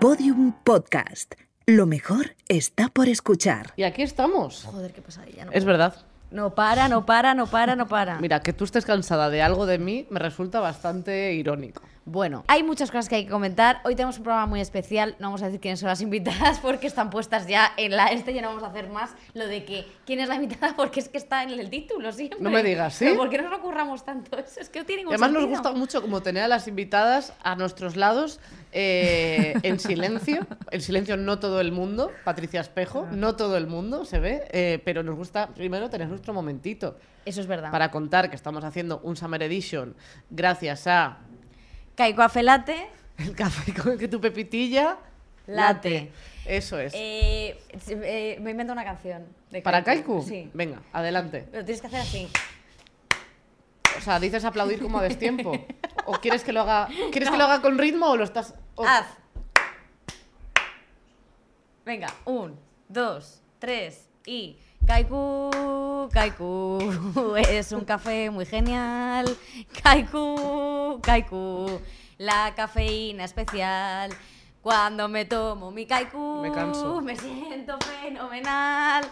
Podium Podcast. Lo mejor está por escuchar. Y aquí estamos. Joder, qué pasadilla. No, Es verdad. no para, no para, no para, no para. Mira, que tú estés cansada de algo de mí me resulta bastante irónico. Bueno, hay muchas cosas que hay que comentar. Hoy tenemos un programa muy especial. No vamos a decir quiénes son las invitadas porque están puestas ya en la este. Ya no vamos a hacer más lo de que quién es la invitada porque es que está en el título siempre. No me digas, ¿sí? Pero ¿Por qué nos lo curramos tanto? Eso es que no tiene ningún Además nos sentido. gusta mucho como tener a las invitadas a nuestros lados eh, en silencio. En silencio no todo el mundo, Patricia Espejo, Ah. no todo el mundo se ve, eh, pero nos gusta primero tener nuestro momentito Eso es verdad. para contar que estamos haciendo un Summer Edition gracias a Caico Afelate, el café con el que tu pepitilla late. Eso es. Eh, eh, me invento una canción. de ¿Para Kaiku? Sí. Venga, adelante. Lo tienes que hacer así. O sea, dices aplaudir como a destiempo. ¿O quieres que lo haga, quieres que lo haga con ritmo o lo estás.? o- Haz. Venga, un, dos, tres y. Kaiku, Kaiku, es un café muy genial. Kaiku, Kaiku, la cafeína especial. Cuando me tomo mi Kaiku, Me canso. me siento fenomenal.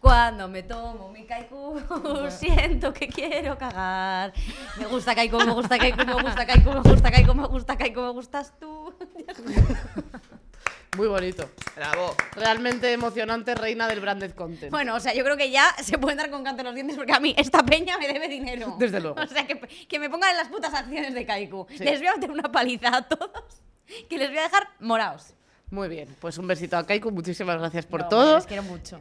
Cuando me tomo mi Kaiku, siento que quiero cagar. Me gusta Kaiku, me gusta Kaiku, me gusta Kaiku, me gusta Kaiku, me gusta Kaiku, me gustas tú. Muy bonito. Bravo. Realmente emocionante, reina del branded content. Bueno, o sea, yo creo que ya se pueden dar con canto en los dientes porque a mí esta peña me debe dinero. Desde luego. O sea, que, que me pongan en las putas acciones de Kaiku. Sí. Les voy a meter una paliza a todos que les voy a dejar moraos. Muy bien. Pues un besito a Kaiku. Muchísimas gracias por No, todo. Les quiero mucho.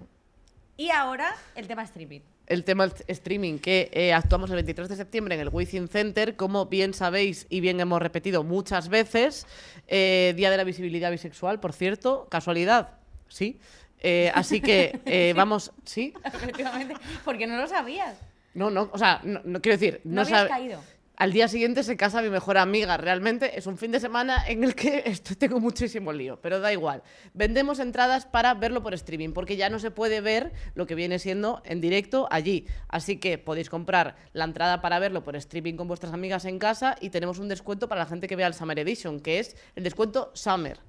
Y ahora el tema streaming. el tema del streaming que eh, actuamos el 23 de septiembre en el Wizzing Center, como bien sabéis y bien hemos repetido muchas veces, eh, Día de la Visibilidad Bisexual, por cierto, casualidad, sí. Eh, así que eh, vamos, sí. Efectivamente, porque no lo sabías. No, no, o sea, no, no quiero decir, no, No habías sabe- caído. Al día siguiente se casa mi mejor amiga. Realmente es un fin de semana en el que esto- tengo muchísimo lío, pero da igual. Vendemos entradas para verlo por streaming, porque ya no se puede ver lo que viene siendo en directo allí. Así que podéis comprar la entrada para verlo por streaming con vuestras amigas en casa y tenemos un descuento para la gente que vea el Summer Edition, que es el descuento Summer.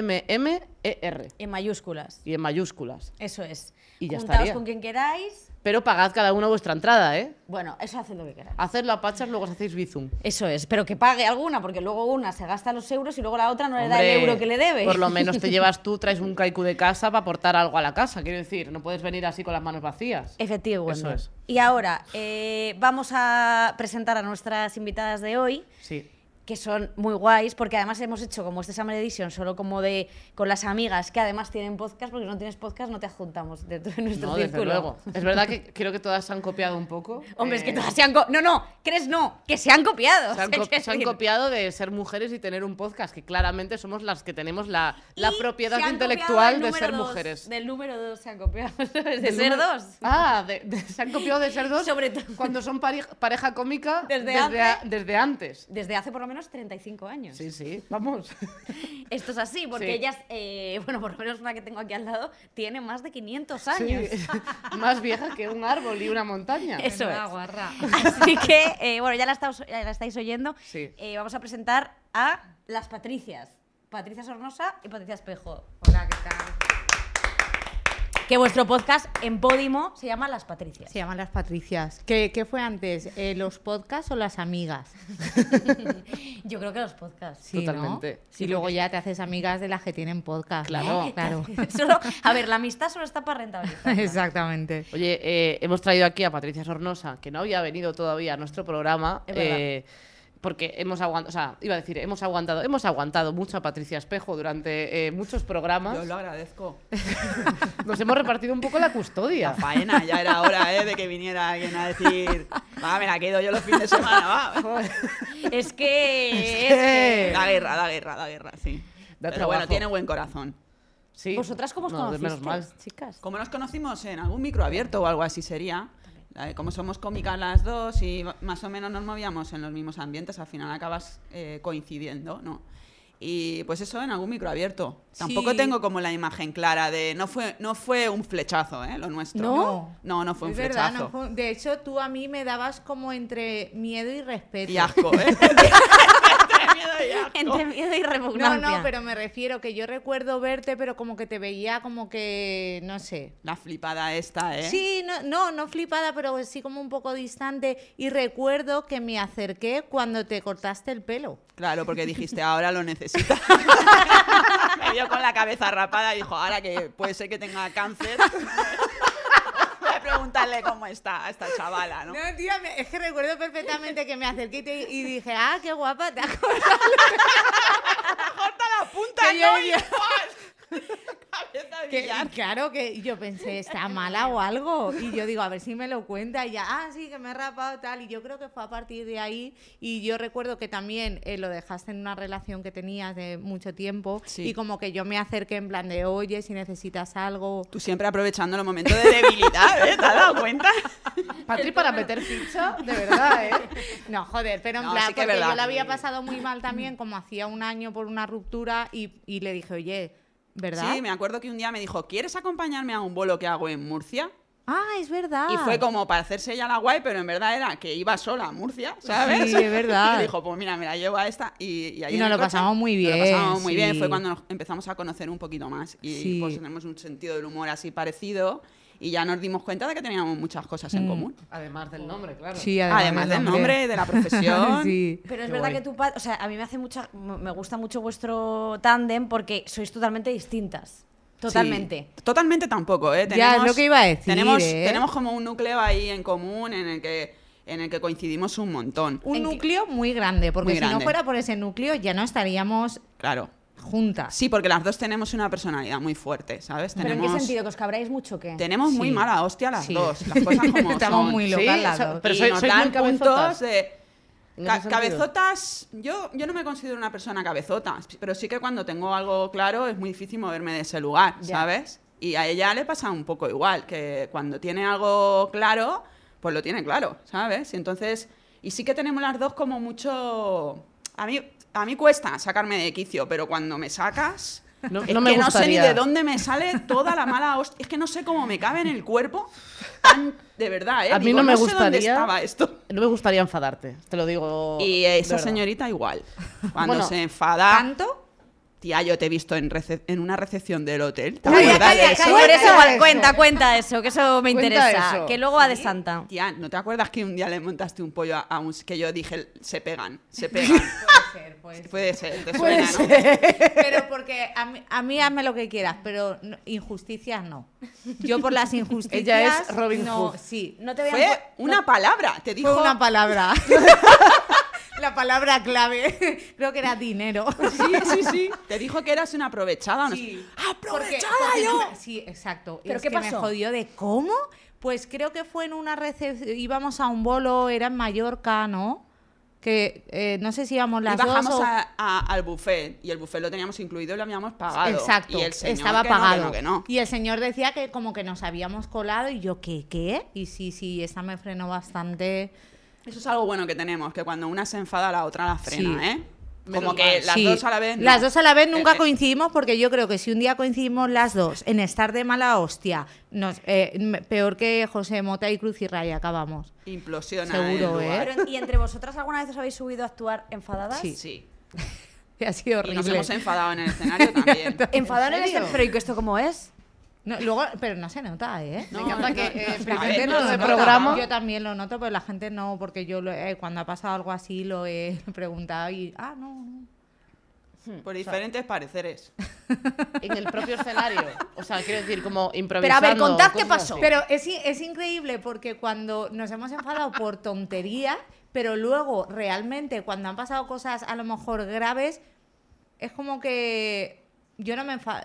S-U-M-M-E-R. En mayúsculas. E Y en mayúsculas. Eso es. Y ya Juntaos estaría. con quien queráis. Pero pagad cada uno vuestra entrada, ¿eh? Bueno, eso haced lo que queráis. Hacedlo a pachas, luego os hacéis bizum. Eso es, pero que pague alguna, porque luego una se gasta los euros y luego la otra no le da el Hombre, euro que le debe. Por lo menos te llevas tú, traes un kaiku de casa para aportar algo a la casa. Quiero decir, no puedes venir así con las manos vacías. Efectivo, Eso Wender. es. Y ahora eh, vamos a presentar a nuestras invitadas de hoy, Sí. que son muy guays, porque además hemos hecho como este Summer Edition solo como de con las amigas que además tienen podcast, porque si no tienes podcast no te adjuntamos de, tu- de nuestro No, desde círculo. luego. Es verdad que creo que todas se han copiado un poco. Hombre, es que Eh, todas se han copiado. No, no, crees no, que se han copiado. se han, o sea, co- quiero se han decir. copiado de ser mujeres y tener un podcast, que claramente somos las que tenemos la, la Y propiedad se han intelectual copiado de del ser número dos, mujeres. Del número dos se han copiado. ¿sabes? De Del ser número- dos. Ah, de- de- se han copiado de ser dos. Sobre todo. Cuando son pareja, pareja cómica Desde a- antes. desde antes. Desde hace por lo menos 35 años. Sí, sí, vamos. Esto es así, porque Sí. ellas, eh, bueno, por lo menos una que tengo aquí al lado, tiene más de 500 Sí, años. más vieja que un árbol y una montaña. Eso Menuda es. guarra. Así que, eh, bueno, ya la, estáis- ya la estáis oyendo. Sí. Eh, vamos a presentar a las Patricias. Patricia Sornosa y Patricia Espejo. Hola, ¿qué tal? Que vuestro podcast en Podimo se llama Las Patricias. Se llaman las Patricias. ¿Qué, qué fue antes? eh, ¿Los podcasts o las amigas? Yo creo que los podcasts. Sí, ¿no? Totalmente. y luego ya te haces amigas de las que tienen podcast. Claro. ¿no? claro. Solo, a ver, la amistad solo está para rentabilizar. Exactamente. Oye, eh, hemos traído aquí a Patricia Sornosa, que no había venido todavía a nuestro programa. Es verdad. eh, porque hemos aguantado, o sea, iba a decir, hemos aguantado, hemos aguantado mucho a Patricia Espejo durante eh, muchos Yo programas. lo agradezco. Nos hemos repartido un poco la custodia. Faena, ya era hora, ¿eh? De que viniera alguien a decir, va, me la quedo yo los fines de semana, va. Es que... que- La guerra, la guerra, la guerra, sí. Da Pero trabajo. bueno, tiene buen corazón. Sí. ¿Vosotras cómo os No, de conocisteis, menos mal. chicas? Como nos conocimos en algún micro abierto o algo así sería, eh, como somos cómicas las dos y más o menos nos movíamos en los mismos ambientes, al final acabas eh, coincidiendo, ¿no? Y pues eso en algún micro abierto. Tampoco Sí. tengo como la imagen clara de no fue no fue un flechazo, ¿eh? Lo nuestro. No. no, no fue un Es flechazo. verdad, no fue- de hecho, tú a mí me dabas como entre miedo y respeto. Y asco, ¿eh? Entre miedo y No, repugnancia. no, pero me refiero que yo recuerdo verte, pero como que te veía como que, no sé. La flipada esta, ¿eh? Sí, no, no, no flipada, pero sí como un poco distante. Y recuerdo que me acerqué cuando te cortaste el pelo. Claro, porque dijiste, ahora lo necesitas. Me vio con la cabeza rapada y dijo, ahora que puede ser que tenga cáncer. Voy a preguntarle cómo está a esta chavala, ¿no? tía, me- es que recuerdo perfectamente que me acerqué y, te- y dije, ah, qué guapa, te has cortado". ¡Corta la punta, Que yo- no, yo- hijo! Cabeza de Que- billar. y claro que yo pensé, está mala o algo. Y yo digo, a ver si me lo cuenta. Y ya, ah, sí, que me he rapado tal. Y yo creo que fue a partir de ahí. Y yo recuerdo que también eh, lo dejaste en una relación que tenías de mucho tiempo. Sí. Y como que yo me acerqué en plan de, oye, si necesitas algo. Tú siempre aprovechando los momentos de debilidad, ¿eh? ¿Te has dado cuenta? Patri para meter ficha, de verdad, ¿eh? No, joder, pero en No, plan, sí que es porque verdad. yo la había pasado muy mal también, como hacía un año por una ruptura. Y, y le dije, oye, ¿verdad? Sí, me acuerdo que un día me dijo, ¿quieres acompañarme a un bolo que hago en Murcia? Ah, es verdad. Y fue como para hacerse ella la guay, pero en verdad era que iba sola a Murcia, ¿sabes? Sí, es verdad. Y dijo, pues mira, me la llevo a esta. Y, y ahí Y en nos el lo coche pasamos muy nos bien, lo pasamos muy bien. sí. Fue cuando nos empezamos a conocer un poquito más. Y Sí. pues tenemos un sentido del humor así parecido. Y ya nos dimos cuenta de que teníamos muchas cosas en común. Además del nombre, claro. Sí, Mm. además, Además del nombre. nombre, de la profesión. Sí. Pero es Qué verdad guay. que tu padre, o sea, a mí me hace mucha, m- me gusta mucho vuestro tándem porque sois totalmente distintas. Totalmente. Sí. Totalmente tampoco, ¿eh? Ya, es lo que iba a decir, Tenemos, ¿eh? tenemos como un núcleo ahí en común en el que, en el que coincidimos un montón. un ¿En qué? núcleo muy grande, porque Muy si grande. no fuera por ese núcleo ya no estaríamos Claro. juntas. Sí, porque las dos tenemos una personalidad muy fuerte, ¿sabes? ¿Pero en tenemos... qué sentido? ¿Que os cabráis mucho o qué? Tenemos muy Sí. mala hostia las Sí. dos. Las cosas como Estamos son. muy Sí, locas las so- dos. pero y soy, nos soy dan muy cabezotas. puntos de En ca- ese sentido. cabezotas. Yo, yo no me considero una persona cabezota, pero sí que cuando tengo algo claro es muy difícil moverme de ese lugar, Ya. ¿sabes? Y a ella le pasa un poco igual, que cuando tiene algo claro, pues lo tiene claro, ¿sabes? Y entonces, y sí que tenemos las dos como mucho a mí a mí cuesta sacarme de quicio, pero cuando me sacas No- es no me que no sé ni gustaría. de dónde me sale toda la mala hostia. Es que no sé cómo me cabe en el cuerpo. tan- de verdad, ¿eh? A mí Digo, no me Sé dónde gustaría- estaba esto. No me gustaría enfadarte, te lo digo. Y eh, de esa verdad. señorita igual. Cuando Bueno, se enfada. ¿Tanto? Tía, yo te he visto en, rece- en una recepción del hotel. ¿Te Uy, acuerdas calla, de eso? calla, Por Cuenta eso, eso. cuenta, cuenta eso, que eso me Cuenta interesa. eso. Que luego va de santa. Tía, ¿no te acuerdas que un día le montaste un pollo a, a un que yo dije, se pegan, se pegan? Puede ser, te Puede suena, ¿no? ser. Pero porque a mí, a mí hazme lo que quieras, pero no- injusticias no. Yo por las injusticias. Ella es Robin no, Hood. Sí, No te vean Fue una palabra, te dijo. fue una palabra. La palabra clave. Creo que era dinero. Sí, sí, sí. Te dijo que eras una aprovechada. No Sí. sé. ¡Aprovechada Porque- yo! porque- Sí, exacto. ¿Pero es qué que pasó? me jodió de cómo. Pues creo que fue en una recepción, íbamos a un bolo, era en Mallorca, ¿no? Que eh, no sé si íbamos las y bajamos dos o- a- a- al buffet y el buffet lo teníamos incluido y lo habíamos pagado. Exacto, Y el señor estaba que no, que pagado. no, que no. Y el señor decía que como que nos habíamos colado y yo, ¿qué, qué? Y sí, sí, esta me frenó bastante. Eso es algo bueno que tenemos, que cuando una se enfada la otra la frena, Sí. ¿eh? Menos Como que mal. las Sí, dos a la vez. no. Las dos a la vez nunca Eh, eh, coincidimos porque yo creo que si un día coincidimos las dos en estar de mala hostia, nos, eh, m- peor que José Mota y Cruz y Raya acabamos. Implosiona. Seguro, ¿eh? el lugar. Pero, ¿Y entre vosotras alguna vez os habéis subido a actuar enfadadas? Sí. Sí. Que ha sido Y horrible. nos hemos enfadado en el escenario también. Enfadado en el serio? escenario, pero ¿y que esto cómo es? No, luego, pero no se nota, ¿eh? No, Me encanta que, eh, no, no, presenten a ver, lo no de se nota. programa. Yo también lo noto, pero la gente no, porque yo lo- eh, cuando ha pasado algo así lo he preguntado y, ah, no, no. Por diferentes pareceres. En el propio escenario. O sea, quiero decir, como Pero improvisando. a ver, contad qué cosas pasó. así. Pero es, i- es increíble porque cuando nos hemos enfadado por tontería, pero luego realmente cuando han pasado cosas a lo mejor graves, es como que yo no me enfado,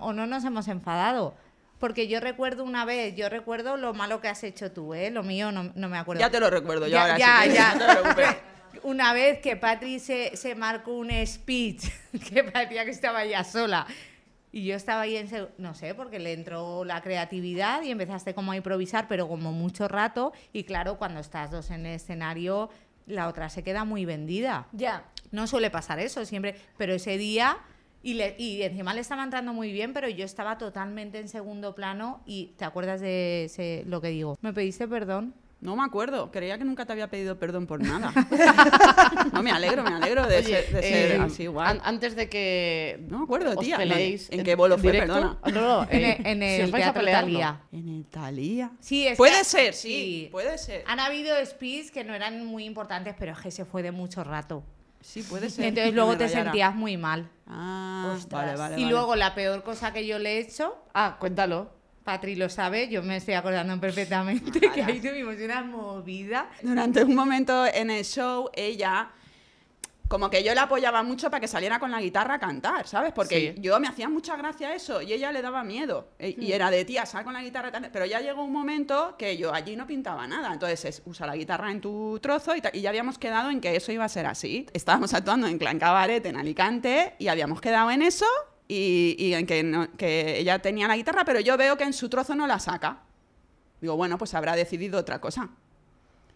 o no nos hemos enfadado. Porque yo recuerdo una vez, yo recuerdo lo malo que has hecho tú, ¿eh? Lo mío no, no me acuerdo. Ya te lo recuerdo yo Ya, ahora. ya, si quieres, ya. No te lo preocupes. Una vez que Patri se, se marcó un speech que parecía que estaba ya sola. Y yo estaba ahí en... seg- No sé, porque le entró la creatividad y empezaste como a improvisar, pero como mucho rato. Y claro, cuando estás dos en el escenario, la otra se queda muy vendida. Ya. No suele pasar eso siempre, pero ese día... Y, le- y encima le estaba entrando muy bien, pero yo estaba totalmente en segundo plano y ¿te acuerdas de ese- lo que digo? ¿Me pediste perdón? No me acuerdo, creía que nunca te había pedido perdón por nada. No, me alegro, me alegro de Oye, ser, de ser eh, así igual. an- antes de que No me acuerdo, os tía. peleéis. ¿En qué bolo fue? directo- Perdona. No, no, En eh, el- en si el os vais a Teatro pelear, Thalía. no. En el Talía. Sí, es puede que- ser, sí. sí, puede ser. Han habido speeds que no eran muy importantes, pero es que se fue de mucho rato. Sí, puede ser. Entonces que luego me te rayara. sentías muy mal. Ah, Ostras. vale, vale. y vale. luego la peor cosa que yo le he hecho, Ah, cuéntalo. Patri lo sabe, yo me estoy acordando perfectamente, que ahí tuvimos una movida. Durante un momento en el show, ella. Como que yo la apoyaba mucho para que saliera con la guitarra a cantar, ¿sabes? Porque Sí. yo me hacía mucha gracia eso y ella le daba miedo. E- Y era de tía, sal con la guitarra. tal". Pero ya llegó un momento que yo allí no pintaba nada. Entonces es, usa la guitarra en tu trozo y, ta- y ya habíamos quedado en que eso iba a ser así. Estábamos actuando en Clan Cabaret en Alicante y habíamos quedado en eso y, y en que, no- que ella tenía la guitarra, pero yo veo que en su trozo no la saca. Digo, bueno, pues habrá decidido otra cosa.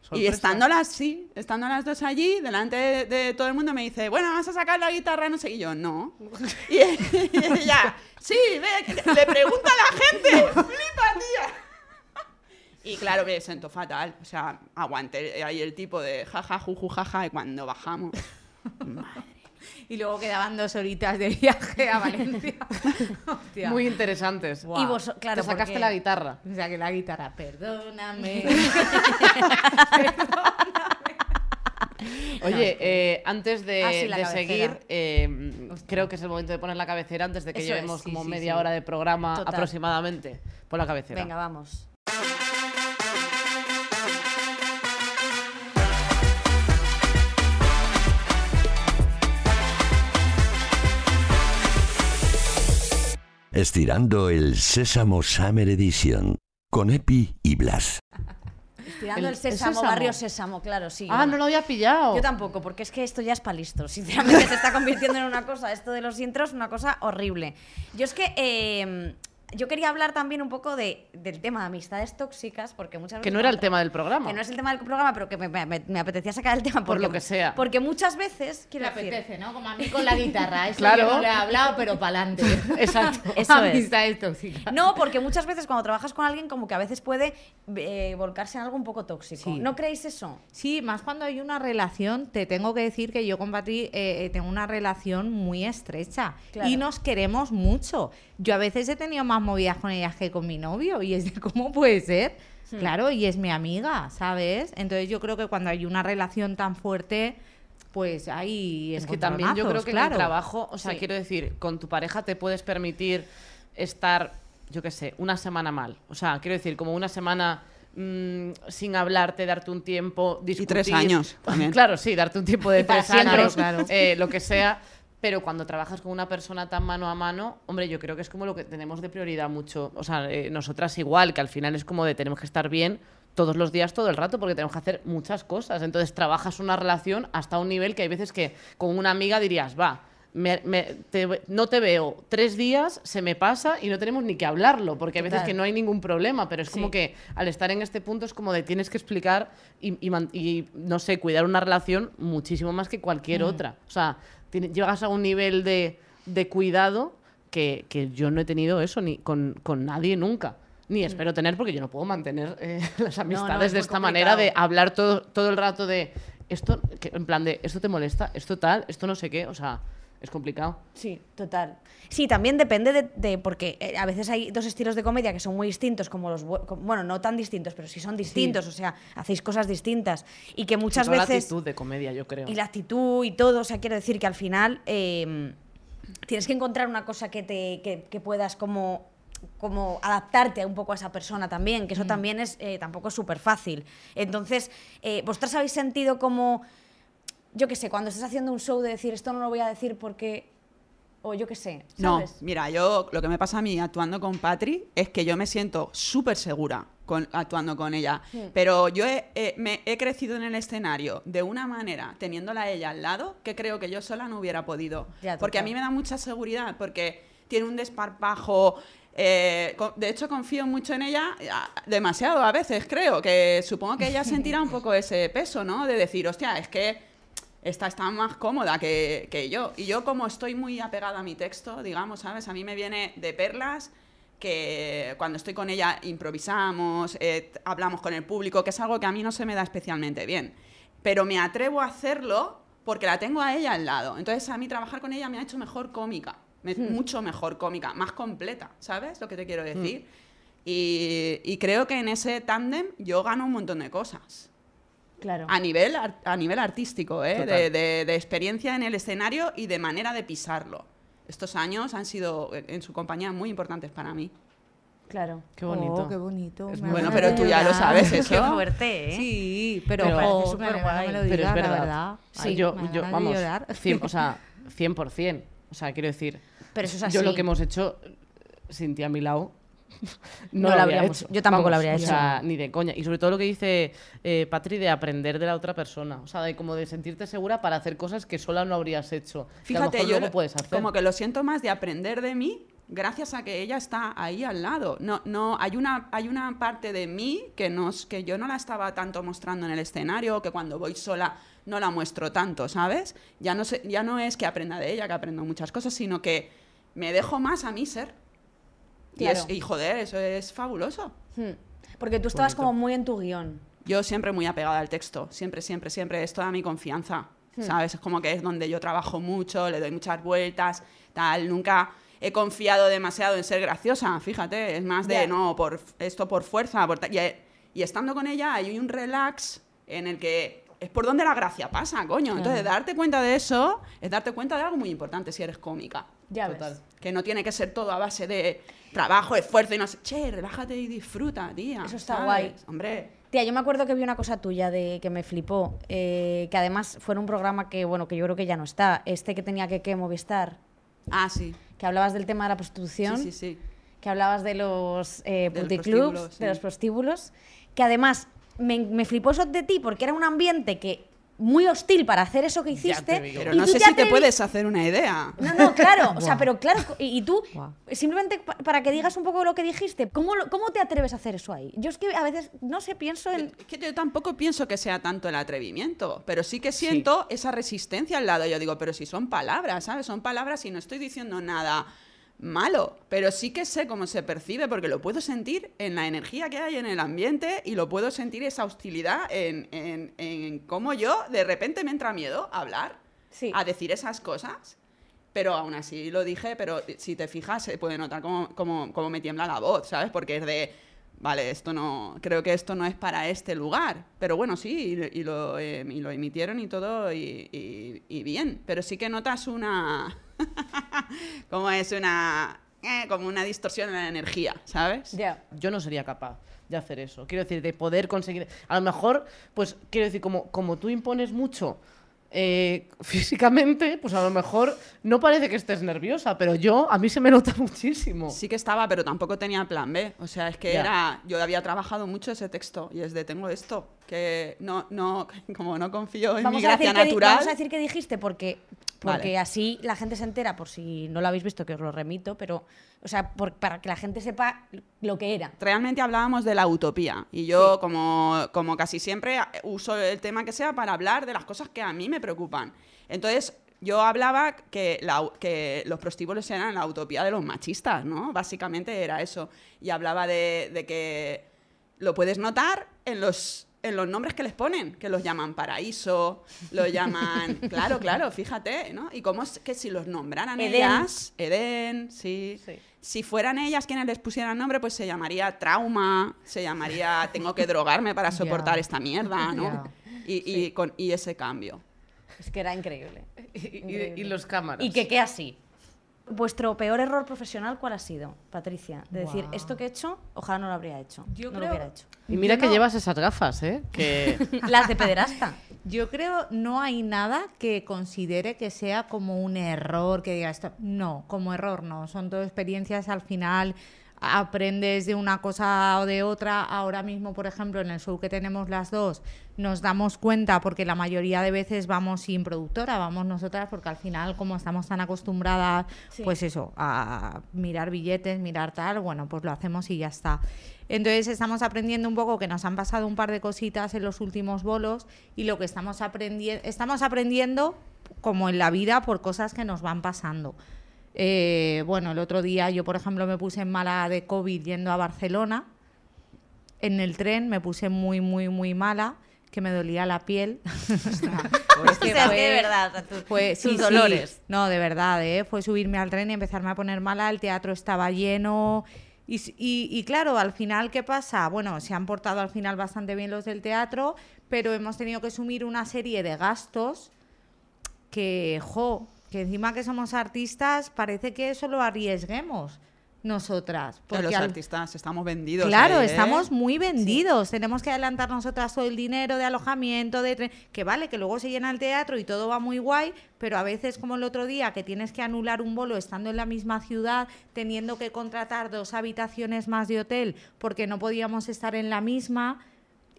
Y Sorpresa. estando las, sí, estando las dos allí, delante de, de todo el mundo, me dice, bueno, vas a sacar la guitarra, no sé. Y yo, no. Y, y ella, sí, ve, le pregunta a la gente, flipa, tía. Y claro, me sentó fatal. O sea, aguanté ahí el tipo de jaja, juju, jaja, y cuando bajamos. Y luego quedaban dos horitas de viaje a Valencia. Hostia. Muy interesantes. Y vos, claro, Te sacaste porque- la guitarra. O sea, que la guitarra, perdóname. Oye, eh, antes de, Ah, sí, la de cabecera. seguir, eh, creo que es el momento de poner la cabecera antes de que Eso es, llevemos sí, como sí, media sí. hora de programa Total. aproximadamente. Por la cabecera. Venga, vamos. Estirando el Sésamo Summer Edition con Epi y Blas. Estirando El- el, el sésamo, sésamo. barrio sésamo, claro, sí. Ah, yo- no lo había pillado. Yo tampoco, porque es que esto ya es para listos. Sinceramente, se está convirtiendo en una cosa, esto de los intros, una cosa horrible. Yo es que. eh, yo quería hablar también un poco de, del tema de amistades tóxicas, porque muchas veces. que no era el cuando- tema del programa. Que no es el tema del programa, pero que me, me- me apetecía sacar el tema. Por porque- lo que sea. Porque muchas veces. Quiero Le decir, apetece, ¿no? Como a mí con la guitarra. Eso Claro. yo no le he hablado, pero pa'lante. Exacto. Eso es. Amistades tóxicas. No, porque muchas veces cuando trabajas con alguien, como que a veces puede eh, volcarse en algo un poco tóxico. Sí. ¿No creéis eso? Sí, más cuando hay una relación, te tengo que decir que yo con Patri eh, eh, tengo una relación muy estrecha Claro. y nos queremos mucho. Yo a veces he tenido más movidas con ellas que con mi novio y es de cómo puede ser. Claro, y es mi amiga, ¿sabes? Entonces yo creo que cuando hay una relación tan fuerte, pues hay Es que también yo creo que en claro. el trabajo, o sea, Sí. quiero decir, con tu pareja te puedes permitir estar, yo qué sé, una semana mal. O sea, quiero decir, como una semana mm, sin hablarte, darte un tiempo, discutir. tres años también. claro, sí, darte un tiempo de para tres años, siempre, claro. eh, lo que sea. Pero cuando trabajas con una persona tan mano a mano, hombre, yo creo que es como lo que tenemos de prioridad mucho. O sea, eh, nosotras igual, que al final es como de tenemos que estar bien todos los días, todo el rato, porque tenemos que hacer muchas cosas. Entonces trabajas una relación hasta un nivel que hay veces que con una amiga dirías, va, me- me- te ve- no te veo tres días, se me pasa y no tenemos ni que hablarlo, porque hay veces Total. que no hay ningún problema, pero es como Sí. que al estar en este punto es como de tienes que explicar y, y man- y, no sé, cuidar una relación muchísimo más que cualquier otra. O sea, tiene- llegas a un nivel de, de cuidado que, que yo no he tenido eso ni con, con nadie nunca. Ni espero tener porque yo no puedo mantener eh, las amistades Mm. es de muy esta manera de complicado. hablar todo, todo el rato de esto, que- en plan de esto te molesta, esto tal, esto no sé qué, o sea, es complicado. Sí, total. Sí, también depende de, de- porque eh, a veces hay dos estilos de comedia que son muy distintos, como los bu- como- bueno, no tan distintos, pero sí son distintos, o sea, hacéis cosas distintas y que muchas Sobre todo veces la actitud de comedia, yo creo. y la actitud y todo, o sea, quiero decir que al final eh, tienes que encontrar una cosa que te que, que puedas como como adaptarte un poco a esa persona también, que eso Mm. también es eh, tampoco es súper fácil. Entonces, eh, vosotras habéis sentido como yo qué sé, cuando estás haciendo un show de decir esto no lo voy a decir porque o yo qué sé, No, ¿sabes? mira, yo lo que me pasa a mí actuando con Patri es que yo me siento súper segura con, actuando con ella. Pero yo he, he- me he crecido en el escenario de una manera, teniéndola a ella al lado, que creo que yo sola no hubiera podido. Ya, porque a total. mí me da mucha seguridad, porque tiene un desparpajo. eh, co- de hecho, confío mucho en ella, eh, a- demasiado a veces, creo, que supongo que ella sentirá un poco ese peso, ¿no? De decir, hostia, es que esta está más cómoda que, que yo. Y yo como estoy muy apegada a mi texto, digamos, ¿sabes? A mí me viene de perlas que cuando estoy con ella improvisamos, eh, t- hablamos con el público, que es algo que a mí no se me da especialmente bien. Pero me atrevo a hacerlo porque la tengo a ella al lado. Entonces a mí trabajar con ella me ha hecho mejor cómica, me- mucho mejor cómica, más completa, ¿sabes lo que te quiero decir? Y, y creo que en ese tándem yo gano un montón de cosas. Claro. A nivel, ar- a nivel artístico, ¿eh? Total. de, de- de experiencia en el escenario y de manera de pisarlo. Estos años han sido, eh, en su compañía, muy importantes para mí. Claro. Qué bonito. Oh, qué bonito. Es Me muy hace Bueno, Bueno, pero tú ya lo llorar. sabes Qué eso. fuerte, ¿eh? Sí, pero, Pero- ojo, Pero súper es guay. verdad. Pero es verdad. la verdad. Sí, Ay, yo, me dan yo ganas de vamos, llorar. cien- o sea, 100%. O sea, quiero decir, Pero eso es así. yo lo que hemos hecho, Cintia a mi lado, no, No lo lo habríamos- habría hecho. yo tampoco lo habría O sea, ni de coña. Y sobre todo lo que dice eh, Patri de aprender de la otra persona. O sea, de como de sentirte segura para hacer cosas que sola no habrías hecho. que a lo Fíjate, mejor yo luego lo- puedes hacer. como que lo siento más de aprender de mí gracias a que ella está ahí al lado. No, no, hay una, hay una parte de mí que, nos, que yo no la estaba tanto mostrando en el escenario, que cuando voy sola no la muestro tanto, ¿sabes? Ya no, sé, ya no es que aprenda de ella, que aprendo muchas cosas, sino que me dejo más a mí ser. Y, es- Claro. y, joder, eso es fabuloso. Hmm. Porque tú estabas como muy en tu guión. Yo siempre muy apegada al texto, siempre, siempre, siempre. Es toda mi confianza, Hmm. ¿sabes? Es como que es donde yo trabajo mucho, le doy muchas vueltas, tal. Nunca he confiado demasiado en ser graciosa, fíjate. Es más de, Ya. no, por esto por fuerza. por tal. y, eh, y estando con ella hay un relax en el que es por donde la gracia pasa, coño. Entonces, darte cuenta de eso es darte cuenta de algo muy importante si eres cómica. Ya Total. ves. Que no tiene que ser todo a base de trabajo, esfuerzo y no sé. Che, relájate y disfruta, tía. Eso está ¿sabes? guay. Hombre. Tía, yo me acuerdo que vi una cosa tuya de que me flipó, eh, que además fue en un programa que, bueno, que yo creo que ya no está, este que tenía que, que Movistar, Ah, sí. que hablabas del tema de la prostitución, Sí, sí, sí. que hablabas de los eh, De los puticlubs, prostíbulos, sí. de los prostíbulos, que además me, me flipó eso de ti porque era un ambiente que muy hostil para hacer eso que Ya te hiciste. digo. Pero y no tú sé te si te atrevi- puedes hacer una idea. No, no, claro, o sea, pero claro, y, y tú, Guau. simplemente pa- para que digas un poco lo que dijiste, ¿cómo, lo- ¿cómo te atreves a hacer eso ahí? Yo es que a veces, no sé, pienso en... Es que yo tampoco pienso que sea tanto el atrevimiento, pero sí que siento esa resistencia al lado. Yo digo, pero si son palabras, ¿sabes? Son palabras y no estoy diciendo nada malo, pero sí que sé cómo se percibe porque lo puedo sentir en la energía que hay en el ambiente y lo puedo sentir esa hostilidad en, en- en cómo yo de repente me entra miedo a hablar, Sí. a decir esas cosas. Pero aún así lo dije, pero si te fijas se puede notar cómo, cómo- cómo me tiembla la voz, ¿sabes? Porque es de, vale, esto no, creo que esto no es para este lugar. Pero bueno, sí, y, y lo, eh, y lo emitieron y todo, y, y- y bien. Pero sí que notas una, como es una, eh, como una distorsión en la energía, ¿sabes? Ya. yo no sería capaz de hacer eso. Quiero decir, de poder conseguir. A lo mejor, pues, quiero decir, como, como tú impones mucho eh, físicamente, pues a lo mejor no parece que estés nerviosa, pero yo, a mí se me nota muchísimo. Sí que estaba, pero tampoco tenía plan B. O sea, es que Ya. era. Yo había trabajado mucho ese texto y es de tengo esto. Que no, no, como no confío en mi Vamos a, gracia decir que, di- natural. vamos a decir que dijiste porque, porque Vale. así la gente se entera, por si no lo habéis visto, que os lo remito, pero, o sea, por- para que la gente sepa lo que era. Realmente hablábamos de la utopía y yo, como, como casi siempre, a- uso el tema que sea para hablar de las cosas que a mí me preocupan. Entonces, yo hablaba que, la u- que los prostíbulos eran la utopía de los machistas, ¿no? Básicamente era eso. Y hablaba de, de que lo puedes notar en los, en los nombres que les ponen, que los llaman paraíso, lo llaman... claro, claro, fíjate, ¿no? Y cómo es que si los nombraran Edén. ellas... Edén, sí. Si fueran ellas quienes les pusieran nombre, pues se llamaría trauma, se llamaría tengo que drogarme para soportar Ya. esta mierda, ¿no? Ya. Y, y con, y ese cambio. Es que era increíble. Y, y- Increíble. y los cámaras. Y que quede así. ¿Vuestro peor error profesional cuál ha sido, Patricia? De decir, Guau. esto que he hecho, ojalá no lo habría hecho. Yo no lo creo- hubiera hecho. Y mira Yo que no- llevas esas gafas, ¿eh? Que. Las de pederasta. Yo creo no hay nada que considere que sea como un error, que diga esto. No, como error no. Son todo experiencias al final. Aprendes de una cosa o de otra. Ahora mismo, por ejemplo, en el show que tenemos las dos, nos damos cuenta porque la mayoría de veces vamos sin productora, vamos nosotras, porque al final, como estamos tan acostumbradas, Sí. pues eso, a mirar billetes, mirar tal, bueno, pues lo hacemos y ya está. Entonces estamos aprendiendo un poco que nos han pasado un par de cositas en los últimos bolos y lo que estamos aprendiendo, estamos aprendiendo como en la vida por cosas que nos van pasando. Eh, bueno, el otro día yo, por ejemplo, me puse en mala de COVID yendo a Barcelona. En el tren me puse muy, muy, muy mala, que me dolía la piel. O sea, es que de verdad, o sea, tus- Fue, tus sí, sí. dolores. No, de verdad, ¿eh? Fue subirme al tren y empezarme a poner mala, el teatro estaba lleno. Y, s- y- y claro, al final, ¿qué pasa? Bueno, se han portado al final bastante bien los del teatro, pero hemos tenido que asumir una serie de gastos que, jo, que encima que somos artistas, parece que eso lo arriesguemos nosotras. Pero los al- artistas estamos vendidos. Claro, ahí, ¿eh? estamos muy vendidos. Tenemos que adelantar nosotras todo el dinero de alojamiento, de tren- que vale, que luego se llena el teatro y todo va muy guay, pero a veces como el otro día que tienes que anular un bolo estando en la misma ciudad, teniendo que contratar dos habitaciones más de hotel porque no podíamos estar en la misma.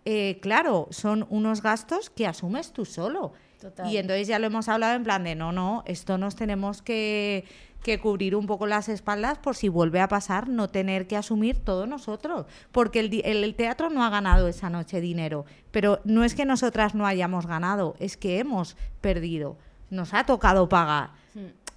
eh, claro, son unos gastos que asumes tú solo. Total. Y entonces ya lo hemos hablado en plan de no, no, esto nos tenemos que, que cubrir un poco las espaldas por si vuelve a pasar, no tener que asumir todos nosotros. Porque el, di- el- el teatro no ha ganado esa noche dinero. Pero no es que nosotras no hayamos ganado, es que hemos perdido. Nos ha tocado pagar.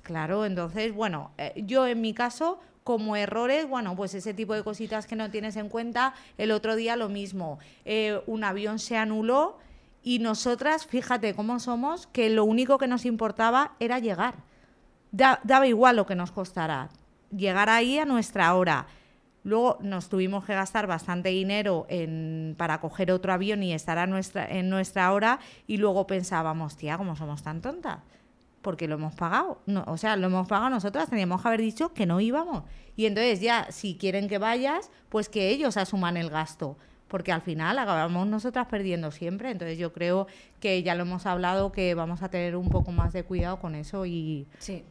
Claro, entonces, bueno, eh, yo en mi caso, como errores, bueno, pues ese tipo de cositas que no tienes en cuenta, el otro día lo mismo, Eh, un avión se anuló y nosotras, fíjate cómo somos, que lo único que nos importaba era llegar. Da- daba igual lo que nos costara, llegar ahí a nuestra hora. Luego nos tuvimos que gastar bastante dinero en- para coger otro avión y estar a nuestra, en nuestra hora y luego pensábamos, tía, ¿cómo somos tan tontas? porque lo hemos pagado. No, o sea, lo hemos pagado nosotras, teníamos que haber dicho que no íbamos. Y entonces ya, si quieren que vayas, pues que ellos asuman el gasto. Porque al final acabamos nosotras perdiendo siempre. Entonces yo creo que ya lo hemos hablado, que vamos a tener un poco más de cuidado con eso y, Sí.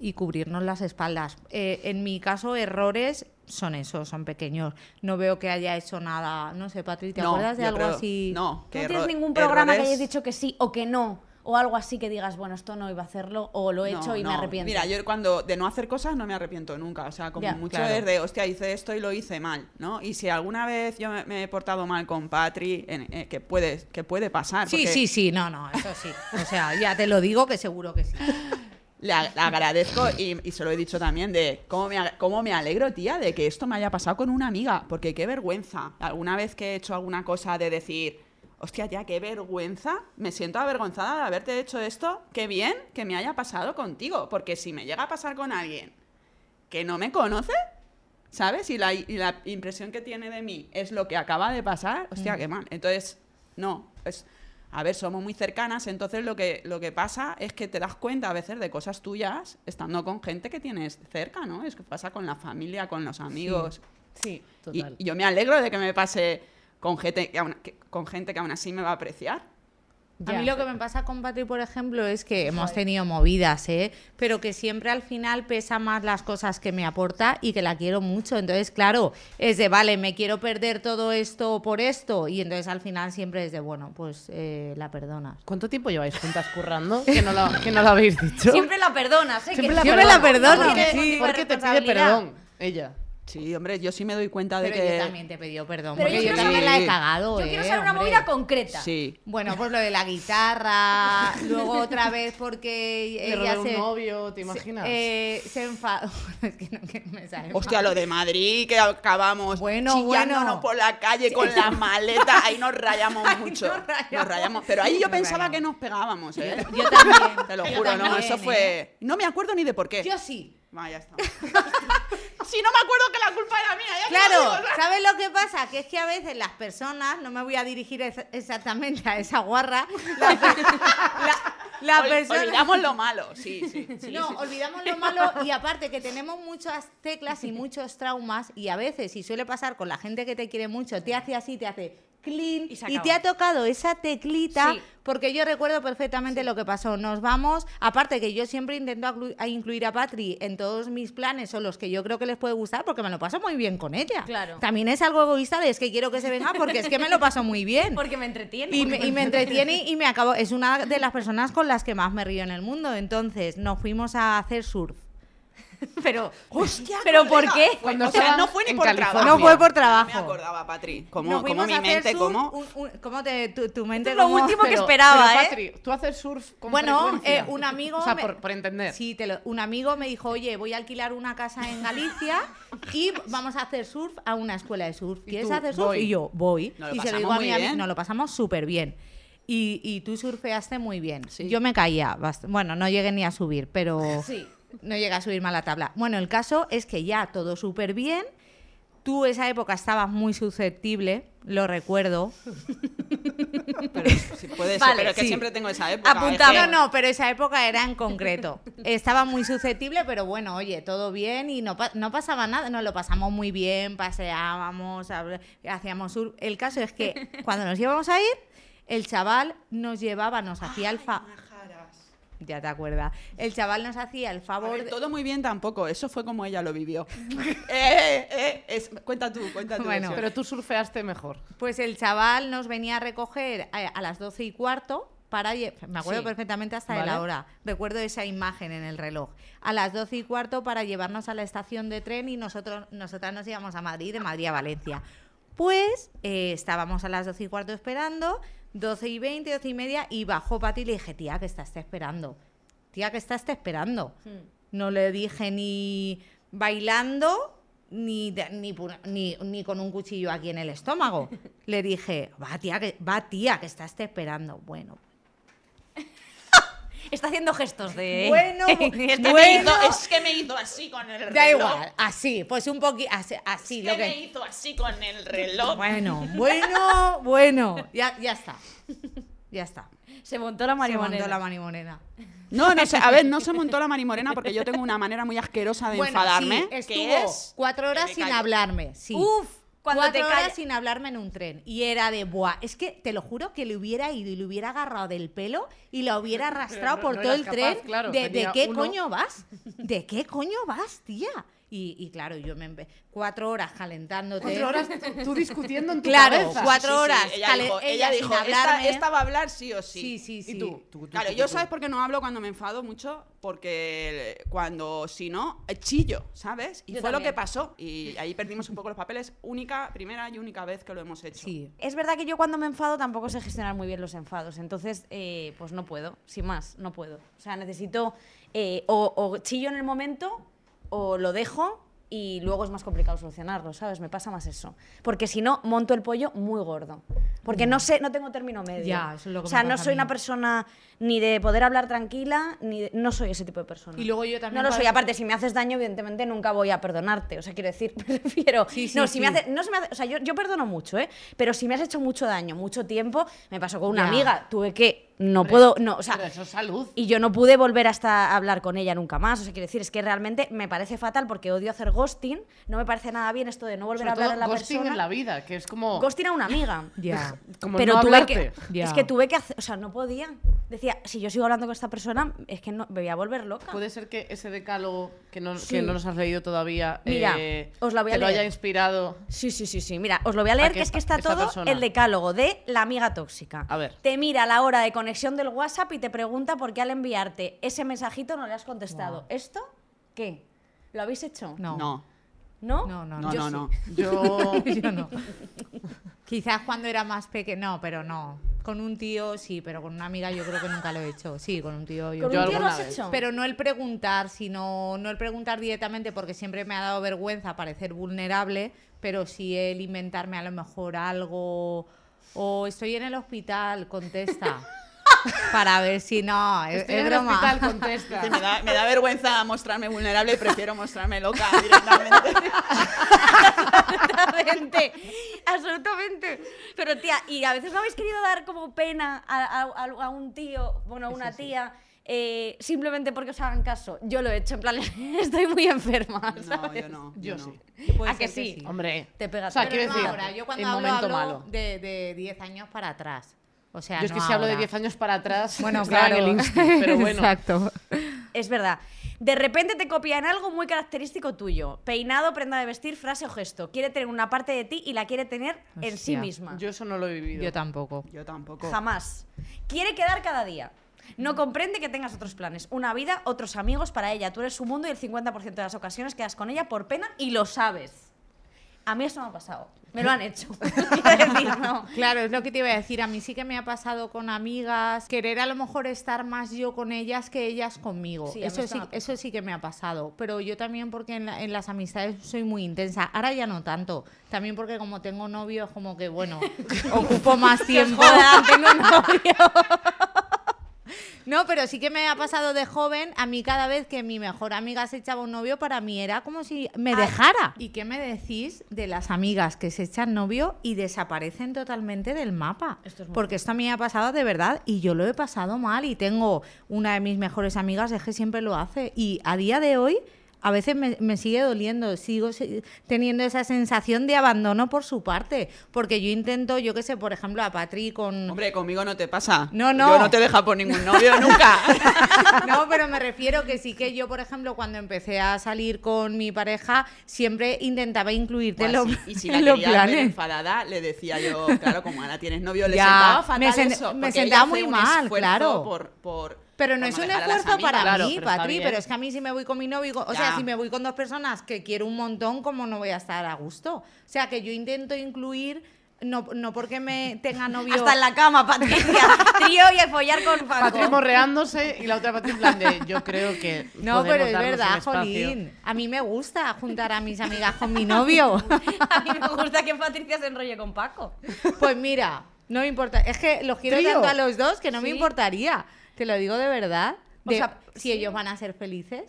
y cubrirnos las espaldas. Eh, en mi caso, errores son esos, son pequeños. No veo que haya hecho nada. No sé, Patri, ¿te No, acuerdas de yo algo creo- así? No, que ¿No tienes erro- ningún programa que errores- hayas dicho que sí o que no? O algo así que digas, bueno, esto no iba a hacerlo, o lo he No, hecho y me no. arrepiento. Mira, yo cuando de no hacer cosas no me arrepiento nunca. O sea, como Ya, mucho claro. es de, hostia, hice esto y lo hice mal, ¿no? Y si alguna vez yo me, me he portado mal con Patri, en- eh, que, puede, que puede pasar. Sí, porque sí, sí, no, no, eso sí. O sea, ya te lo digo que seguro que sí. Le, ag- le agradezco y, y se lo he dicho también de cómo me, ag- cómo me alegro, tía, de que esto me haya pasado con una amiga, porque qué vergüenza. Alguna vez que he hecho alguna cosa de decir, hostia, tía, qué vergüenza, me siento avergonzada de haberte hecho esto, qué bien que me haya pasado contigo, porque si me llega a pasar con alguien que no me conoce, ¿sabes? Y la, y la impresión que tiene de mí es lo que acaba de pasar, hostia, qué mal. Entonces, no, es... A ver, somos muy cercanas, entonces lo que, lo que pasa es que te das cuenta a veces de cosas tuyas estando con gente que tienes cerca, ¿no? Es que pasa con la familia, con los amigos. Sí, Y, total. y yo me alegro de que me pase con gente que, aún- que- con gente que aún así me va a apreciar. A mí lo que me pasa con Patri, por ejemplo, es que hemos tenido movidas, ¿eh? Pero que siempre al final pesa más las cosas que me aporta y que la quiero mucho. Entonces, claro, es de, vale, me quiero perder todo esto por esto. Y entonces al final siempre es de, bueno, pues eh, la perdonas. ¿Cuánto tiempo lleváis juntas currando? Que no lo, que no lo habéis dicho. Siempre la perdonas, ¿eh? Siempre Que- la Siempre la perdono. perdono. Porque- Sí. Porque te pide responsabilidad. perdón ella. Sí, hombre, yo sí me doy cuenta Ah, de Pero que... yo también te he pedido perdón, Pero porque yo yo, quiero también saber- la he cagado, Yo quiero ¿eh, saber una hombre? movida concreta. Sí. Bueno, pues lo de la guitarra, luego otra vez porque Le ella robé un se... novio, ¿te imaginas? Se, eh, se enfadó. es que no que me sale Hostia, lo de Madrid, que acabamos Bueno, chillándonos bueno. por la calle con la maleta, ahí nos rayamos mucho. nos rayamos. Nos rayamos. Pero ahí yo Nos pensaba rayamos. que nos pegábamos, ¿eh? Yo también. Te lo Yo juro, no, también, eso ¿eh? fue... No me acuerdo ni de por qué. Yo sí. Va, ya está. si no me acuerdo que la culpa era mía, ya te lo Claro, digo, ¿sabes? ¿sabes lo que pasa? Que es que a veces las personas, no me voy a dirigir ex- exactamente a esa guarra, la, pe- la- la Ol- persona... Olvidamos lo malo, sí, sí. sí, no, sí. olvidamos lo malo y aparte que tenemos muchas teclas y muchos traumas y a veces, y suele pasar con la gente que te quiere mucho, te hace así, te hace clean Y se y, acaba. te ha tocado esa teclita Sí. porque yo recuerdo perfectamente lo que pasó. Nos vamos, aparte que yo siempre intento aclu- a incluir a Patri en todos mis planes o los que yo creo que les puede gustar porque me lo paso muy bien con ella. Claro. También es algo egoísta de es que quiero que se venga porque es que me lo paso muy bien. Porque me entretiene. Y me, y me entretiene y me acabo. Es una de las personas con las que más me río en el mundo. Entonces nos fuimos a hacer surf. Pero, ¡Hostia! ¿Pero por colega! qué? Fue- o Cuando sea, estaban no fue ni en por California. trabajo. No fue por Me trabajo. acordaba, Patri. Nos ¿Cómo, fuimos cómo mi a hacer mente, surf, cómo? un- un- ¿Cómo te, tu, tu mente es lo cómo- último que esperaba, ¿eh? Patri, tú haces surf con Bueno, frecuencia. eh, un amigo O sea, me- por, por entender. Sí, te lo- un amigo me dijo, oye, voy a alquilar una casa en Galicia y vamos a hacer surf a una escuela de surf. Y ¿Quieres tú, hacer surf? voy. Y yo, voy. Nos lo y se lo pasamos digo a muy mi amigo, bien. nos lo pasamos súper bien. Y, y tú surfeaste muy bien. Sí. Yo me caía. bast- Bueno, no llegué ni a subir, pero Sí. no llegué a subirme a la tabla. Bueno, el caso es que ya todo súper bien. Tú esa época estabas muy susceptible, lo recuerdo. Pero si puede ser, Vale, pero es que sí. siempre tengo esa época. ¿eh? Apuntamos. es No, que- no, pero esa época era en concreto. Estaba muy susceptible, pero bueno, oye, todo bien y no, pa- no pasaba nada. Nos lo pasamos muy bien, paseábamos, hab- hacíamos surf. El caso es que cuando nos íbamos a ir, el chaval nos llevaba, nos hacía el fa... Ya te acuerdas. El chaval nos hacía el A favor... ver, de- todo muy bien tampoco, eso fue como ella lo vivió. Eh, eh, es- cuenta tú, cuenta tú. Bueno, Pero tú surfeaste mejor. Pues el chaval nos venía a recoger a, a las doce y cuarto para lle- me acuerdo Sí. perfectamente hasta de Vale. la hora recuerdo esa imagen en el reloj a las doce y cuarto para llevarnos a la estación de tren y nosotros nosotras nos íbamos a Madrid de Madrid a Valencia pues eh, estábamos a las doce y cuarto esperando doce y veinte doce y media y bajó Pati y le dije tía que estás te esperando tía que estás te esperando no le dije ni bailando ni, de- ni, pu- ni, ni con un cuchillo aquí en el estómago. Le dije, va tía, que, va tía, que estás te esperando. Bueno, Está haciendo gestos de. ¿eh? Bueno, Está- Me bueno. hizo- es que me hizo así con el reloj. da igual, así, pues un poquito, así, así, Es lo que me que... hizo así con el reloj. Bueno, bueno, bueno, ya, ya está, ya está. Se montó la Se marihuana. mandó la mani morena. No, no sé, a ver, no se montó la marimorena porque yo tengo una manera muy asquerosa de enfadarme. sí, que estuvo es- cuatro horas me sin callo. hablarme, sí. Uf, cuando cuatro te horas callas. sin hablarme en un tren. Y era de, buah, es que te lo juro que le hubiera ido y le hubiera agarrado del pelo y la hubiera arrastrado no- por no todo el eras capaz, tren. claro, de, de tenía qué uno. coño vas? ¿De qué coño vas, tía? Y, y claro, yo me... empe- Cuatro horas calentándote. Cuatro horas tú- tú discutiendo en tu Claro, cabeza. cuatro horas, Ella cale- dijo, ella ella sin dijo, hablarme. esta, esta va a hablar sí o sí. Sí, sí, sí. ¿Y tú? Tú, tú, Claro, tú, yo tú. sabes por qué no hablo cuando me enfado mucho, porque eh, cuando si no, eh, chillo, ¿sabes? Y Yo fue también. lo que pasó. Y ahí perdimos un poco los papeles. Única, primera y única vez que lo hemos hecho. Sí. Es verdad que yo cuando me enfado tampoco sé gestionar muy bien los enfados, entonces eh, pues no puedo, sin más, no puedo. O sea, necesito eh, o, o chillo en el momento o lo dejo y luego es más complicado solucionarlo, ¿sabes? Me pasa más eso. Porque si no, monto el pollo muy gordo. Porque no sé, no tengo término medio. Ya, eso es lo o que me sea, no pasa a soy mí. una persona ni de poder hablar tranquila, ni de- no soy ese tipo de persona. Y luego yo también No lo soy, parezco- aparte, si me haces daño, evidentemente nunca voy a perdonarte. O sea, quiero decir, me refiero. Sí, sí, no, si me sí. hace- no se me hace- o sea, yo, yo perdono mucho, ¿eh? Pero si me has hecho mucho daño, mucho tiempo, me pasó con una Ya. amiga, tuve que no puedo, no, o sea, Pero eso es salud. y yo no pude volver hasta hablar con ella nunca más, o sea, quiero decir, es que realmente me parece fatal porque odio hacer ghosting, no me parece nada bien esto de no volver Sobre a hablar todo a la ghosting persona. en la vida, que es como... Ghosting a una amiga. Ya. Como pero no tuve que, hablarte. Ya. es que tuve que hacer, o sea, no podía. Decía, si yo sigo hablando con esta persona, es que no, me voy a volver loca. Puede ser que ese decálogo que no, Sí. que no nos has leído todavía Mira, eh, os la voy a te lo leer. haya inspirado. Sí, sí, sí, sí. Mira, os lo voy a leer, Aquí que es que está, está esta todo persona. el decálogo de la amiga tóxica. A ver. Te mira a la hora de conexión del WhatsApp y te pregunta por qué al enviarte ese mensajito no le has contestado. ¿Esto qué? ¿Lo habéis hecho? No. No, ¿No? No, no, no, yo no. sí. no. Yo... Yo no. Quizás cuando era más pequeño, no, pero no. Con un tío sí, pero con una amiga yo creo que nunca lo he hecho. Sí, con un tío yo ¿Con Yo un tío lo alguna has vez. hecho? Pero no el preguntar, sino no el preguntar directamente porque siempre me ha dado vergüenza parecer vulnerable, pero sí el inventarme a lo mejor algo o estoy en el hospital, contesta. para ver si no, es, Estoy es en el broma. hospital, contesta. Me da, me da vergüenza mostrarme vulnerable y prefiero mostrarme loca directamente. Absolutamente. Absolutamente. Pero tía, ¿y a veces no habéis querido dar como pena a, a- a- a un tío, bueno, a una tía? eh, simplemente porque os hagan caso. Yo lo he hecho, en plan, estoy muy enferma. No, ¿sabes? yo no. Yo no. sí. Puede ¿A que ser que sí? sí. Hombre. Te pega O sea, todo. quiero no decir, ahora, yo cuando en hablo, momento hablo malo. de de 10 años para atrás. O sea, Yo es que no si hablo de ahora. 10 años para atrás, Bueno, estaba en claro. el Insti, pero bueno. Exacto. Es verdad. De repente te copian algo muy característico tuyo. Peinado, prenda de vestir, frase o gesto. Quiere tener una parte de ti y la quiere tener en sí Hostia. misma. Yo eso no lo he vivido. Yo tampoco. Yo tampoco. Jamás. Quiere quedar cada día. No comprende que tengas otros planes, una vida, otros amigos para ella. Tú eres su mundo y el 50% de las ocasiones quedas con ella por pena y lo sabes. A mí eso me ha pasado. Me lo han hecho. Quiero decir, no. Claro, es lo que te iba a decir. A mí sí que me ha pasado con amigas querer a lo mejor estar más yo con ellas que ellas conmigo. Sí, a mí eso, esto sí, me ha pasado. eso sí que me ha pasado. Pero yo también porque en, la- en las amistades soy muy intensa. Ahora ya no tanto. También porque como tengo novio es como que, bueno, ocupo más tiempo. tengo novio. No, pero sí que me ha pasado de joven, a mí cada vez que mi mejor amiga se echaba un novio, para mí era como si me dejara. ¿Y qué me decís de las amigas que se echan novio y desaparecen totalmente del mapa? Esto es muy Porque esto a mí me ha pasado de verdad y yo lo he pasado mal y tengo una de mis mejores amigas, es que siempre lo hace. Y a día de hoy... A veces me, me sigue doliendo, sigo se- teniendo esa sensación de abandono por su parte, porque yo intento, yo qué sé, por ejemplo, a Patri con, Hombre, conmigo no te pasa. No, no. Yo no te deja por ningún novio nunca. No, pero me refiero que sí que yo, por ejemplo, cuando empecé a salir con mi pareja, siempre intentaba incluirte en Buah, los- Pues sí, y si la en los quería ver planes. enfadada, le decía yo, claro, como ahora tienes novio, le Ya, sentaba fatal me sen- eso, me porque ella sentaba hace muy un mal, esfuerzo claro. por- por- Pero no por es un dejar a las esfuerzo para amigas. claro, mí, pero está Patri, bien. pero es que a mí si me voy con mi novio, o sea, Ya. si me voy con dos personas que quiero un montón, ¿cómo no voy a estar a gusto? O sea, que yo intento incluir, no, no porque me tenga novio... Hasta en la cama, Patricia. Trío y a follar con Paco. Patri morreándose y la otra Patri en plan de yo creo que podemos No, pero es darnos un verdad, espacio". Jolín. A mí me gusta juntar a mis amigas con mi novio. A mí me gusta que Patricia se enrolle con Paco. Pues mira, no me importa. Es que los quiero Trío. tanto a los dos que no me Sí. importaría. Te lo digo de verdad. O De- sea, si sí. ellos van a ser felices.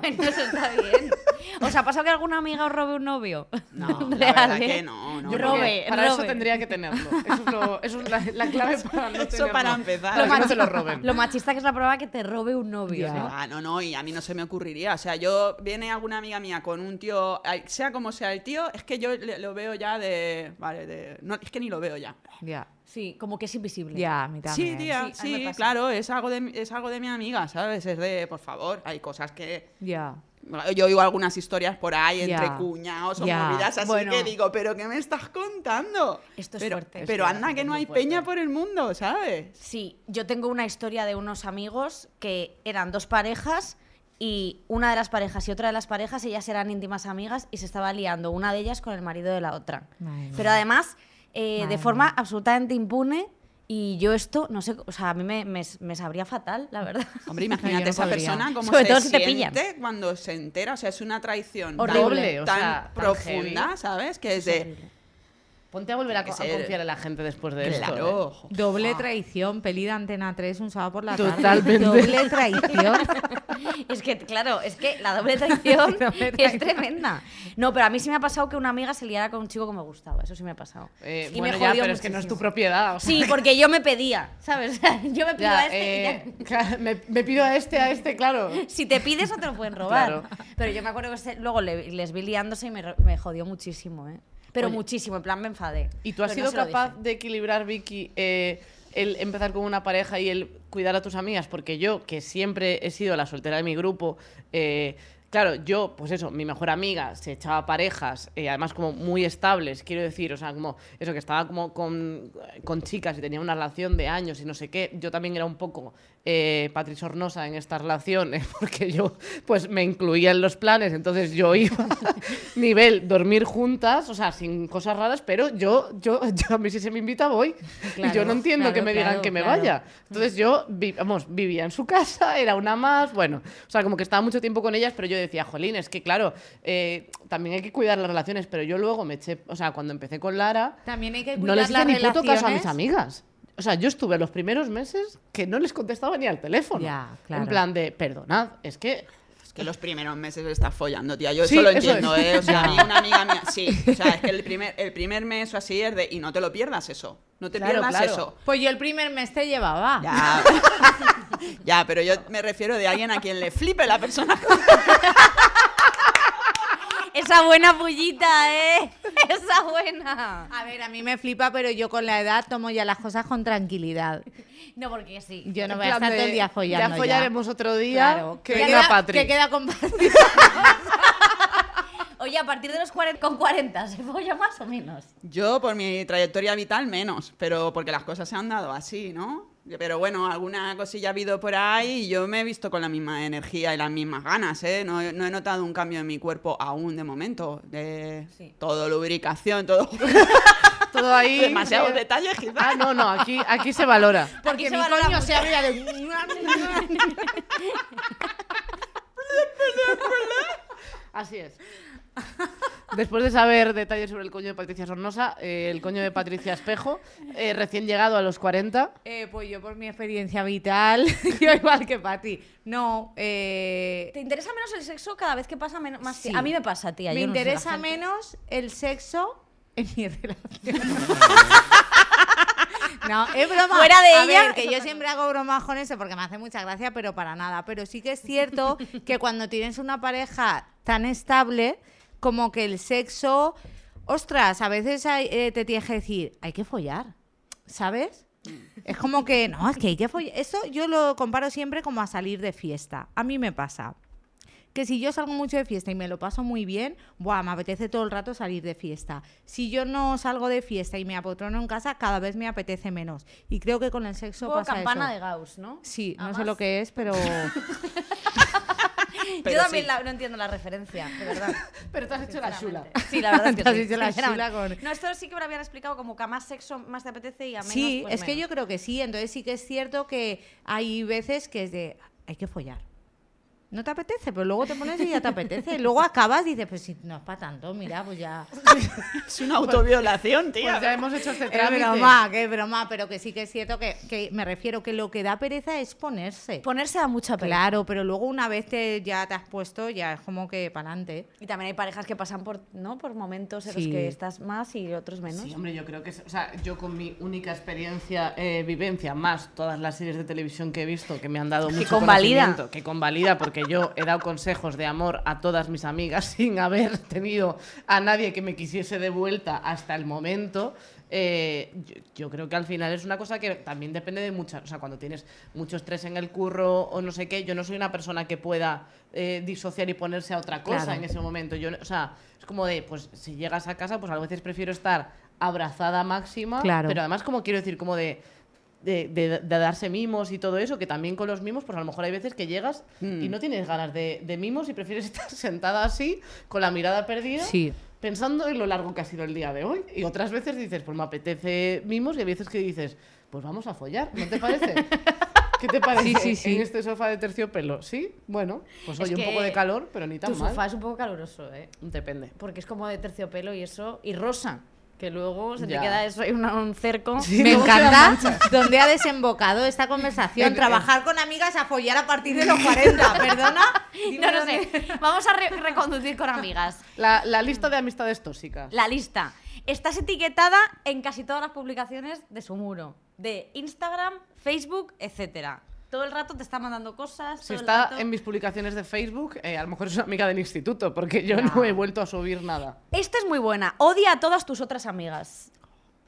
Bueno, eso está bien. ¿Os ha pasado que alguna amiga os robe un novio? No, la verdad que no, no. Yo creo Robe, que para eso robe. tendría que tenerlo. Eso es, lo- eso es la, la clave para no Eso tenerlo. para empezar. Para que no machi- te lo roben. lo machista que es la prueba que te robe un novio, Ya. ¿no? Ah, no, no, y a mí no se me ocurriría. O sea, yo viene alguna amiga mía con un tío, ay, sea como sea el tío, es que yo le- lo veo ya de. Vale, de. No, es que ni lo veo ya. Ya, Sí, como que es invisible. ya, a mí Sí, también. tía, Sí, a mí me sí, pasa. claro, es algo, de, mi- es algo de mi amiga, ¿sabes? Es de, por favor, hay cosas que. Ya. Yo oigo algunas historias por ahí entre Ya. cuñados o Ya. movidas así Bueno. que digo, ¿pero qué me estás contando? Esto es pero, fuerte. Pero Es anda, fuerte, que no es muy hay fuerte. peña por el mundo, ¿sabes? Sí, yo tengo una historia de unos amigos que eran dos parejas y una de las parejas y otra de las parejas, ellas eran íntimas amigas y se estaba liando una de ellas con el marido de la otra. Madre Pero mía. además, eh, Madre de forma mía. absolutamente impune y yo esto, no sé, o sea, a mí me, me- me sabría fatal, la verdad. Hombre, No, yo imagínate no esa podría. persona como Sobre se todo si te siente pillan. cuando se entera, o sea, es una traición Horrible, tan, o sea, tan tan profunda, heavy. ¿sabes? Que es Es de horrible. Ponte a volver a, Tiene co- que a ser- confiar en la gente después de esto. claro, ¿eh? ojo. Ah. Doble traición, peli de Antena 3 un sábado por la tarde. Totalmente. Doble traición. Es que, claro, es que la doble traición La doble es traición. tremenda. No, pero a mí sí me ha pasado que una amiga se liara con un chico que me gustaba. Eso sí me ha pasado. Eh, y bueno, me ya, jodió pero es que no es tu muchísimo. propiedad. o sea, Sí, porque yo me pedía, ¿sabes? O sea, yo me pido ya, a este y ya. eh, claro, me, me pido a este, a este, claro. Si te pides, no te lo pueden robar. Claro. Pero yo me acuerdo que se- luego le- les vi liándose y me, ro- me jodió muchísimo, ¿eh? Pero muchísimo, en plan me enfadé. ¿Y tú has Pero sido no se lo capaz dije. de equilibrar, Vicky, eh, el empezar con una pareja y el cuidar a tus amigas? Porque yo, que siempre he sido la soltera de mi grupo, eh, claro, yo, pues eso, mi mejor amiga se echaba parejas, eh, además como muy estables, quiero decir, o sea, como eso, que estaba como con, con chicas y tenía una relación de años y no sé qué. Yo también era un poco eh, Patricia Hornosa en esta relación, eh, porque yo, pues me incluía en los planes, entonces yo iba, nivel, dormir juntas, o sea, sin cosas raras, pero yo, yo, yo a mí si se me invita voy. Claro, y yo no entiendo claro, que me digan claro, que me claro. vaya. Entonces yo, vi- vamos, vivía en su casa, era una más, bueno, o sea, como que estaba mucho tiempo con ellas, pero yo decía, jolín, es que claro, eh, también hay que cuidar las relaciones, pero yo luego me eché, o sea, cuando empecé con Lara, También hay que no cuidar les hice las ni puto caso a relaciones. mis amigas. O sea, yo estuve los primeros meses que no les contestaba ni al teléfono. Ya, claro. En plan de, perdonad, es que Es que los primeros meses está follando, tía. Yo Sí, eso lo eso entiendo, es. ¿eh? O sea, a mí una amiga mía. Sí, o sea, es que el primer, el primer mes o así es de. Y no te lo pierdas eso. No te Claro, pierdas claro. eso. Pues yo el primer mes te llevaba. Ya. ya, pero yo me refiero de alguien a quien le flipe la persona. Esa buena pullita, ¿eh? Esa buena. A ver, a mí me flipa, pero yo con la edad tomo ya las cosas con tranquilidad. No, porque sí. Yo no En voy a plan estar de, todo el día follando. Ya follaremos otro día. Claro, que que venga queda- Patri. Que queda con Oye, a partir de los 40, con 40, ¿se folla más o menos? Yo, por mi trayectoria vital, menos. Pero porque las cosas se han dado así, ¿no? Pero bueno, alguna cosilla ha habido por ahí y yo me he visto con la misma energía y las mismas ganas, ¿eh? No, no he notado un cambio en mi cuerpo aún de momento. De Sí. Todo lubricación, todo. Todo ahí. Demasiados detalles, quizás. Ah, no, no, aquí, aquí se valora. Porque se mi valora coño mucho. se abría de... Así es. Después de saber detalles sobre el coño de Patricia Sornosa, eh, el coño de Patricia Espejo, eh, recién llegado a los 40. Eh, pues yo por mi experiencia vital, yo igual que Pati. No, eh, ¿Te interesa menos el sexo cada vez que pasa menos, más Sí. tie- A mí me pasa, tía. me yo no sé la interesa gente. menos el sexo en mi relación. No, es broma. Fuera de A ella, ver, que eso yo pasa. siempre hago bromas con eso porque me hace mucha gracia, pero para nada. Pero sí que es cierto que cuando tienes una pareja tan estable, como que el sexo. Ostras, a veces hay- eh, te tienes que decir, hay que follar, ¿sabes? Es como que, no, es que hay que follar. Eso yo lo comparo siempre como a salir de fiesta. A mí me pasa que si yo salgo mucho de fiesta y me lo paso muy bien, buah, me apetece todo el rato salir de fiesta. Si yo no salgo de fiesta y me apotrono en casa, cada vez me apetece menos. Y creo que con el sexo Un poco pasa campana eso. de Gauss, ¿no? Sí, no Además, sé lo que es, pero yo Pero también sí. la- no entiendo la referencia, de verdad. Pero te has hecho la chula. Sinceramente. Sí, la verdad es que Te has sí, hecho la chula sinceramente. con- No, esto sí que me lo habían explicado como que a más sexo más te apetece y a menos sí, pues, es que menos. yo creo que sí. Entonces sí que es cierto que hay veces que es de, hay que follar. No te apetece, pero luego te pones y ya te apetece. Luego acabas y dices, pues si no es para tanto, mira, pues ya... Es una autoviolación, tía. Pues ya hemos hecho este Es trámite. broma, Eh, que es broma, pero que sí que es cierto que, que me refiero que lo que da pereza es ponerse. Ponerse da mucha pena. Claro, pero luego una vez te, ya te has puesto, ya es como que para adelante. Y también hay parejas que pasan por, ¿no? por momentos en Sí. los que estás más y otros menos. Sí, hombre, yo creo que, es- o sea, yo con mi única experiencia, eh, vivencia, más todas las series de televisión que he visto, que me han dado mucho convalida. conocimiento, que convalida, porque yo he dado consejos de amor a todas mis amigas sin haber tenido a nadie que me quisiese de vuelta hasta el momento. eh, yo, yo creo que al final es una cosa que también depende de muchas, o sea, cuando tienes mucho estrés en el curro o no sé qué, yo no soy una persona que pueda eh, disociar y ponerse a otra cosa Claro. en ese momento. Yo, no- o sea, es como de, pues si llegas a casa, pues a veces prefiero estar abrazada máxima, Claro. pero además como quiero decir, como de, de, de- de darse mimos y todo eso, que también con los mimos, pues a lo mejor hay veces que llegas y no tienes ganas de, de mimos y prefieres estar sentada así, con la mirada perdida. Sí. Pensando en lo largo que ha sido el día de hoy. Y otras veces dices, pues me apetece mimos, y hay veces que dices, pues vamos a follar, ¿no te parece? ¿Qué te parece? Sí, sí, sí. En este sofá de terciopelo, sí, bueno, pues Es oye, un que poco de calor, pero ni Tu tan mal. sofá es un poco caluroso, ¿eh? Depende. Porque es como de terciopelo y eso, y rosa, que luego se Ya. te queda eso, hay una- un cerco. Sí, me luego quedan encanta donde ha desembocado esta conversación. Eh, En- trabajar con amigas a follar a partir de los 40, perdona. Dime No lo dónde- sé. Vamos a re- reconducir con amigas. La, la lista de amistades tóxicas. La lista. Estás etiquetada en casi todas las publicaciones de su muro. De Instagram, Facebook, etcétera. Todo el rato te está mandando cosas. Si todo el está rato- en mis publicaciones de Facebook, eh, a lo mejor es una amiga del instituto, porque yo no, he vuelto a subir nada. Esta es muy buena. Odia a todas tus otras amigas.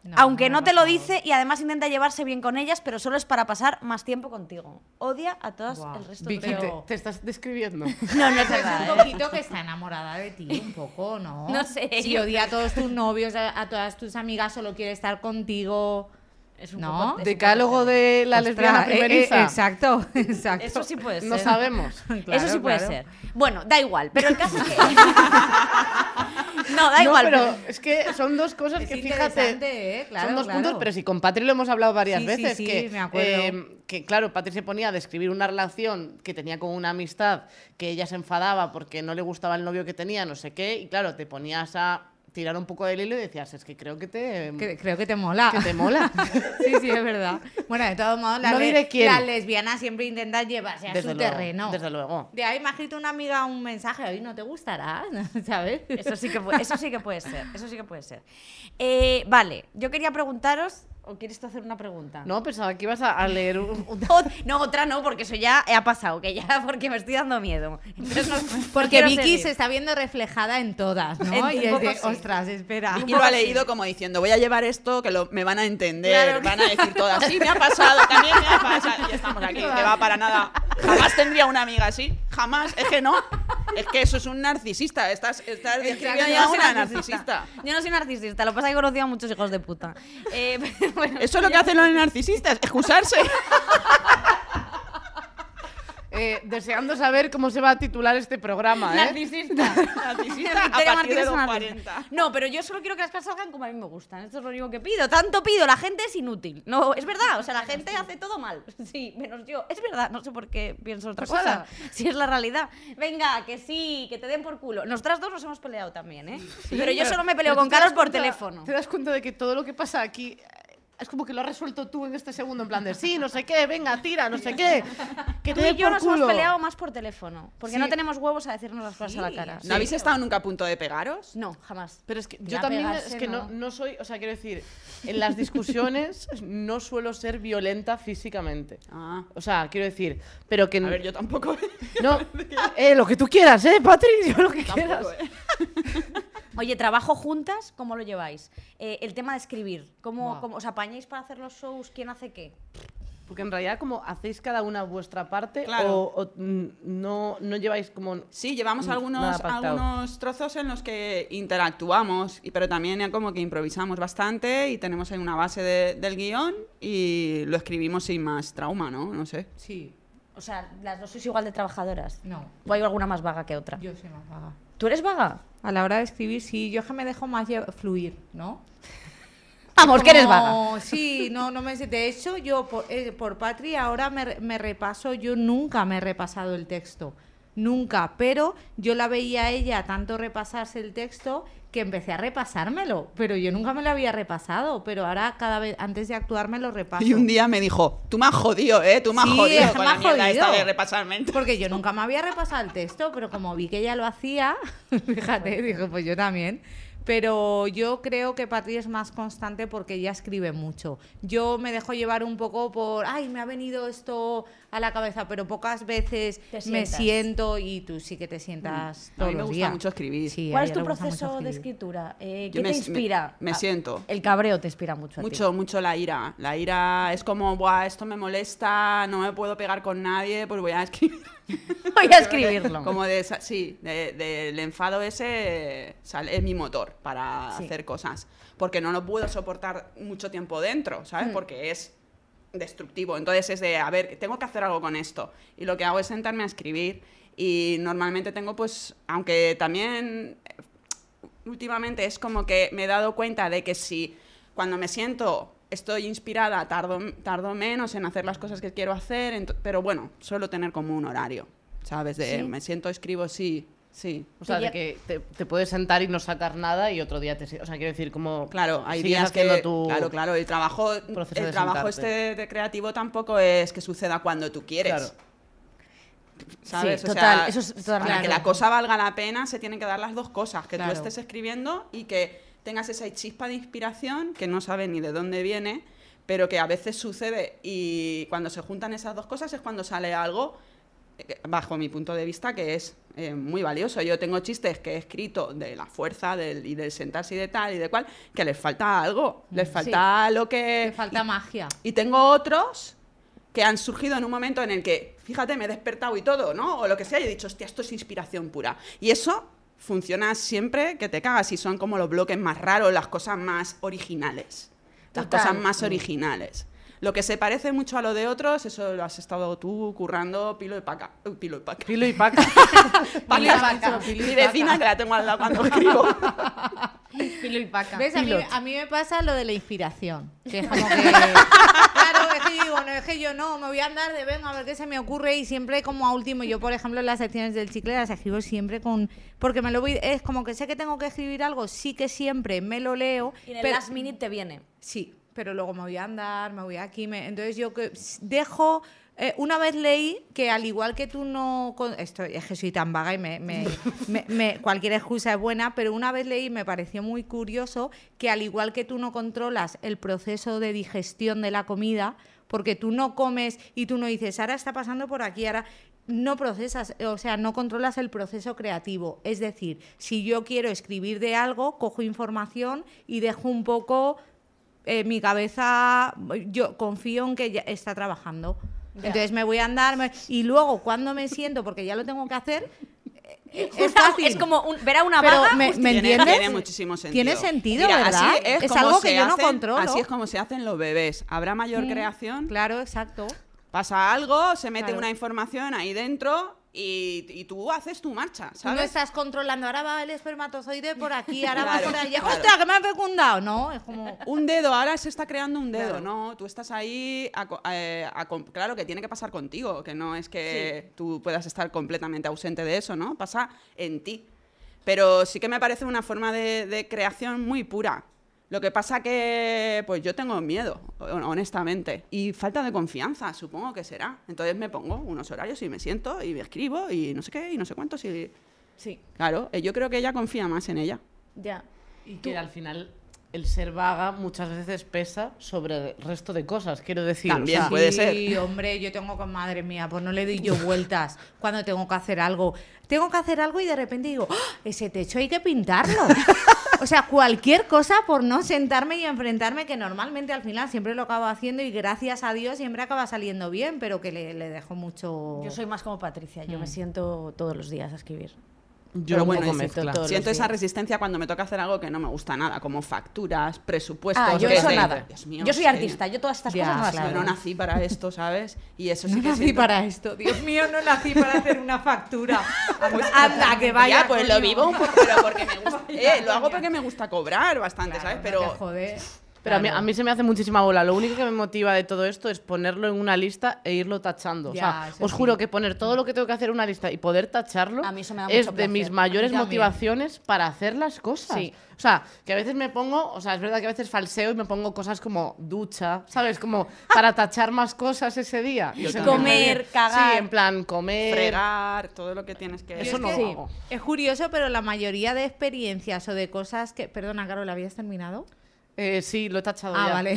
No, Aunque me no te lo pasa. dice y además intenta llevarse bien con ellas, pero solo es para pasar más tiempo contigo. Odia a todas Buah. el resto Vicky, de te, te estás describiendo. No, no es Pero Es un verdad. ¿eh? poquito que está enamorada de ti, un poco, ¿no? No sé, Si yo- odia a todos tus novios, a, a todas tus amigas, solo quiere estar contigo. Es un ¿No? poco- Decálogo de la Ostras, lesbiana eh, eh, primeriza. exacto, exacto. Eso sí puede ser. No sabemos. Eso Claro, sí puede claro. ser. Bueno, da igual, pero el caso es que. no, da No, igual. pero es que son dos cosas Es que fíjate. interesante, ¿eh? Claro, son dos claro. puntos, pero sí, con Patri lo hemos hablado varias Sí, sí, veces. sí, que, eh, me acuerdo. que claro, Patri se ponía a describir una relación que tenía con una amistad que ella se enfadaba porque no le gustaba el novio que tenía, no sé qué, y claro, te ponías a tirar un poco del hilo y decías, es que creo que te, Que- creo que te mola. que te mola. Sí, sí, es verdad. Bueno, de todos modos, las, No le- diré quién. las lesbianas siempre intentan llevarse a su luego, terreno. Desde luego. De ahí me ha escrito una amiga un mensaje, hoy no te gustará, ¿sabes? Eso sí que puede, eso sí que puede ser. Eso sí que puede ser. Eh, vale, yo quería preguntaros. ¿O quieres tú hacer una pregunta? No, pensaba que ibas a a leer un... un- O- no, otra no, porque eso ya ha pasado, que ya porque me estoy dando miedo. Entonces no- Porque quiero Vicky seguir. se está viendo reflejada en todas, En- ¿no? un y es poco de, sí. ostras, espera. Y lo ha leído como diciendo, voy a llevar esto que lo, me van a Claro. entender, van a decir todas, sí, me ha pasado, también me ha pasado. Y estamos aquí, que va para nada. Jamás tendría una amiga así. Jamás. Es que no. Es que eso es un narcisista. Estás, estás No, describiendo yo a no soy una narcisista. narcisista. Yo no soy narcisista, lo que pasa es que he conocido a muchos hijos de puta. Eh, pero bueno, Eso es lo que hacen los narcisistas, excusarse. Eh, deseando saber cómo se va a titular este programa, ¿eh? Narcisista. Narcisista a Victoria partir de Martínez es una los narcisista. 40. No, pero yo solo quiero que las cosas salgan como a mí me gustan. Esto es lo único que pido. Tanto pido, la gente es inútil. No, es verdad, o sea, la gente hace todo mal. Sí, menos yo. Es verdad, no sé por qué pienso otra Pues cosa. ala. Si es la realidad. Venga, que sí, que te den por culo. Nosotras dos nos hemos peleado también, ¿eh? pero yo solo me Pero peleo con tú te das Carlos por cuenta- teléfono. Te das cuenta de que todo lo que pasa aquí eh, es como que lo has resuelto tú en este segundo, en plan de sí, no sé qué, venga, tira, no sé qué. Que Tú te y dé yo por nos culo. hemos peleado más por teléfono, porque Sí. no tenemos huevos a decirnos las cosas a la cara. ¿No habéis estado nunca a punto de pegaros? No, jamás. Pero es que yo Ya también pegarse, es que no, no. no soy, o sea, quiero decir, en las discusiones no suelo ser violenta físicamente. Ah. O sea, quiero decir, pero que A ver, yo tampoco. no, eh, lo que tú quieras, eh, Patri, yo lo que quieras. tampoco eh. Oye, trabajo juntas, ¿cómo lo lleváis? Eh, el tema de escribir, ¿cómo, Buah. cómo os apañáis para hacer los shows? ¿Quién hace qué? Porque en realidad como hacéis cada una vuestra parte Claro. o, o, mm, no, no lleváis como... Sí, llevamos Mm, algunos, nada pactado. algunos trozos en los que interactuamos, y- pero también como que improvisamos bastante y tenemos ahí una base de- del guión y lo escribimos sin más trauma, ¿no? No sé. Sí. O sea, las dos sois igual de trabajadoras. No, ¿O hay alguna más vaga que otra? yo soy más vaga. ¿Tú eres vaga? A la hora de escribir, sí, yo es que me dejo más lle- fluir, ¿no? Vamos, que eres Como- vaga. Sí, no, no me... De hecho, yo por, eh, por Patri ahora me, re- me repaso, yo nunca me he repasado el texto, nunca, pero yo la veía a ella tanto repasarse el texto que empecé a repasármelo, pero yo nunca me lo había repasado, pero ahora cada vez, antes de actuar me lo repaso. Y un día me dijo, tú me has jodido, ¿eh? Tú me has Sí, jodido me con has la mierda esta jodido. de repasarme el Porque yo nunca me había repasado el texto, pero como vi que ella lo hacía, fíjate, dije, pues yo también. Pero yo creo que Patri es más constante porque ella escribe mucho. Yo me dejo llevar un poco por, ay, me ha venido esto a la cabeza, pero pocas veces Te me sientas. siento y tú sí que te sientas A todos mí me los gusta días. mucho escribir. Sí, a ¿Cuál es ella tu le gusta mucho proceso de escribir. escritura? Eh, Yo ¿Qué me- te me- inspira? me Ah, siento. El cabreo te inspira mucho. a ti. Mucho, mucho la ira. La ira es como, Buah, esto me molesta, no me puedo pegar con nadie, pues voy a escribir. Voy a escribirlo. Como de esa- sí, de- del enfado ese sale, es mi motor para Sí. hacer cosas. Porque no lo puedo soportar mucho tiempo dentro, ¿sabes? Porque es destructivo. Entonces es de, a ver, tengo que hacer algo con esto. Y lo que hago es sentarme a escribir. Y normalmente tengo, pues, aunque también eh, últimamente es como que me he dado cuenta de que si cuando me siento estoy inspirada, tardo, tardo menos en hacer las cosas que quiero hacer, ento- pero bueno, suelo tener como un horario, ¿sabes? De Sí. me siento, escribo, sí, sí. O sea, Tú ya- de que te, te puedes sentar y no sacar nada y otro día te... si- O sea, quiero decir, como... Claro, hay sigues días que haciendo tu- claro, claro, el trabajo proceso el de trabajo sentarte. este de creativo tampoco es que suceda cuando tú quieres. Claro. ¿Sabes? Sí, O sea, total, eso es totalmente Para que la cierto. cosa valga la pena se tienen que dar las dos cosas, que Claro. tú estés escribiendo y que tengas esa chispa de inspiración que no sabes ni de dónde viene, pero que a veces sucede y cuando se juntan esas dos cosas es cuando sale algo eh, bajo mi punto de vista que es eh, muy valioso. Yo tengo chistes que he escrito de la fuerza del- y del sentarse y de tal y de cual, que les falta algo, Mm. les falta lo que... Te falta magia. Y tengo otros que han surgido en un momento en el que, fíjate, me he despertado y todo, ¿no? O lo que sea, y he dicho, hostia, esto es inspiración pura. Y eso funciona siempre que te cagas y son como los bloques más raros, las cosas más originales. Las Total. cosas Mm. más originales. Lo que se parece mucho a lo de otros, eso lo has estado tú currando pilo y paca. Uy, Pilo y paca. Pilo y paca. Paca. y paca, pilo y Mi vecina paca. que la tengo al lado cuando escribo. Pilo y paca. ¿Ves? A mí, Pilot. a mí me pasa lo de la inspiración. Que es como que. claro, es que yo digo, no, es que yo no, me voy a andar de venga a ver qué se me ocurre y siempre como a último. Yo, por ejemplo, las secciones del chicle las escribo siempre con. Porque me lo voy. Es como que sé que tengo que escribir algo, sí que siempre me lo leo. Y en el pero- last minute te viene. Sí, pero luego me voy a andar, me voy aquí. Me... Entonces yo que s- dejo... eh, una vez leí que al igual que tú no... con- Esto es que soy tan vaga y me, me- me- me- cualquier excusa es buena, pero una vez leí, me pareció muy curioso, que al igual que tú no controlas el proceso de digestión de la comida, porque tú no comes y tú no dices, ahora está pasando por aquí, ahora no procesas, eh, o sea, no controlas el proceso creativo. Es decir, si yo quiero escribir de algo, cojo información y dejo un poco eh, mi cabeza, yo confío en que ya está trabajando. Entonces me voy a andar me- y luego cuando me siento, porque ya lo tengo que hacer, eh, eh, es Una- fácil. es como un- ver a una Pero vaga me- justi- me- Tiene- entiendes? Tiene muchísimo sentido. Tiene sentido, Mira, ¿verdad? así es, Es como algo se que yo no hacen- controlo. Mm, Así es como se hacen los bebés. Habrá mayor creación, Claro, exacto. pasa algo, se mete Claro. una información ahí dentro y, y tú haces tu marcha, No ¿sabes? estás controlando, ahora va el espermatozoide por aquí, ahora Claro, va por allá. claro. ¡Ostras, que me han fecundado! No, es como... Un dedo, ahora se está creando un dedo, ¿no? Tú estás ahí, aco- eh, aco- claro que tiene que pasar contigo, que no es que tú puedas estar completamente ausente de eso, ¿no? Pasa en ti. Pero sí que me parece una forma de, de creación muy pura. Lo que pasa que, pues yo tengo miedo, hon- honestamente. Y falta de confianza, supongo que será. Entonces me pongo unos horarios y me siento y me escribo y no sé qué y no sé cuántos. Y... Sí, Claro, eh, yo creo que ella confía más en ella. ya. Y que al final el ser vaga muchas veces pesa sobre el resto de cosas, quiero decir. o También sea, puede sí, ser. hombre, yo tengo con madre mía, pues no le doy yo vueltas cuando tengo que hacer algo. Tengo que hacer algo y de repente digo, ¡Ah! ese techo hay que pintarlo. O sea, cualquier cosa por no sentarme y enfrentarme, que normalmente al final siempre lo acabo haciendo y gracias a Dios siempre acaba saliendo bien, pero que le, le dejo mucho. Yo soy más como Patricia, Mm. yo me siento todos los días a escribir. Yo Pero un bueno, poco sí, mezcla. todo- todos Siento los esa días. resistencia cuando me toca hacer algo que no me gusta nada, como facturas, presupuestos. Ah, yo que eso te- nada. Dios mío, yo soy sí. artista, yo todas estas Ya, cosas no las claro. Yo no hago. nací para esto, ¿sabes? Y eso sí No que nací siento- para esto, Dios mío, no nací para hacer una factura. Anda, que vaya. Pues Ya, pues lo coño. vivo un poco, pero porque me gusta. eh, lo hago porque me gusta cobrar bastante, Claro, ¿sabes? no Pero te joder. Pero a mí, a mí se me hace muchísima bola. Lo único que me motiva de todo esto es ponerlo en una lista e irlo tachando. O Ya, sea, eso os sí. juro que poner todo lo que tengo que hacer en una lista y poder tacharlo A mí eso me da es de mucho placer. mis mayores también. motivaciones para hacer las cosas. Sí. O sea, que a veces me pongo, o sea, es verdad que a veces falseo y me pongo cosas como ducha, ¿sabes? Como para tachar más cosas ese día. Y Yo se me también. Comer, viene- cagar. Sí, en plan, comer. fregar, todo lo que tienes que. Eso es no que- lo hago. Es curioso, pero la mayoría de experiencias o de cosas que. Perdona, Carol, ¿la habías terminado? Eh, sí, lo he tachado Ah, ya. vale.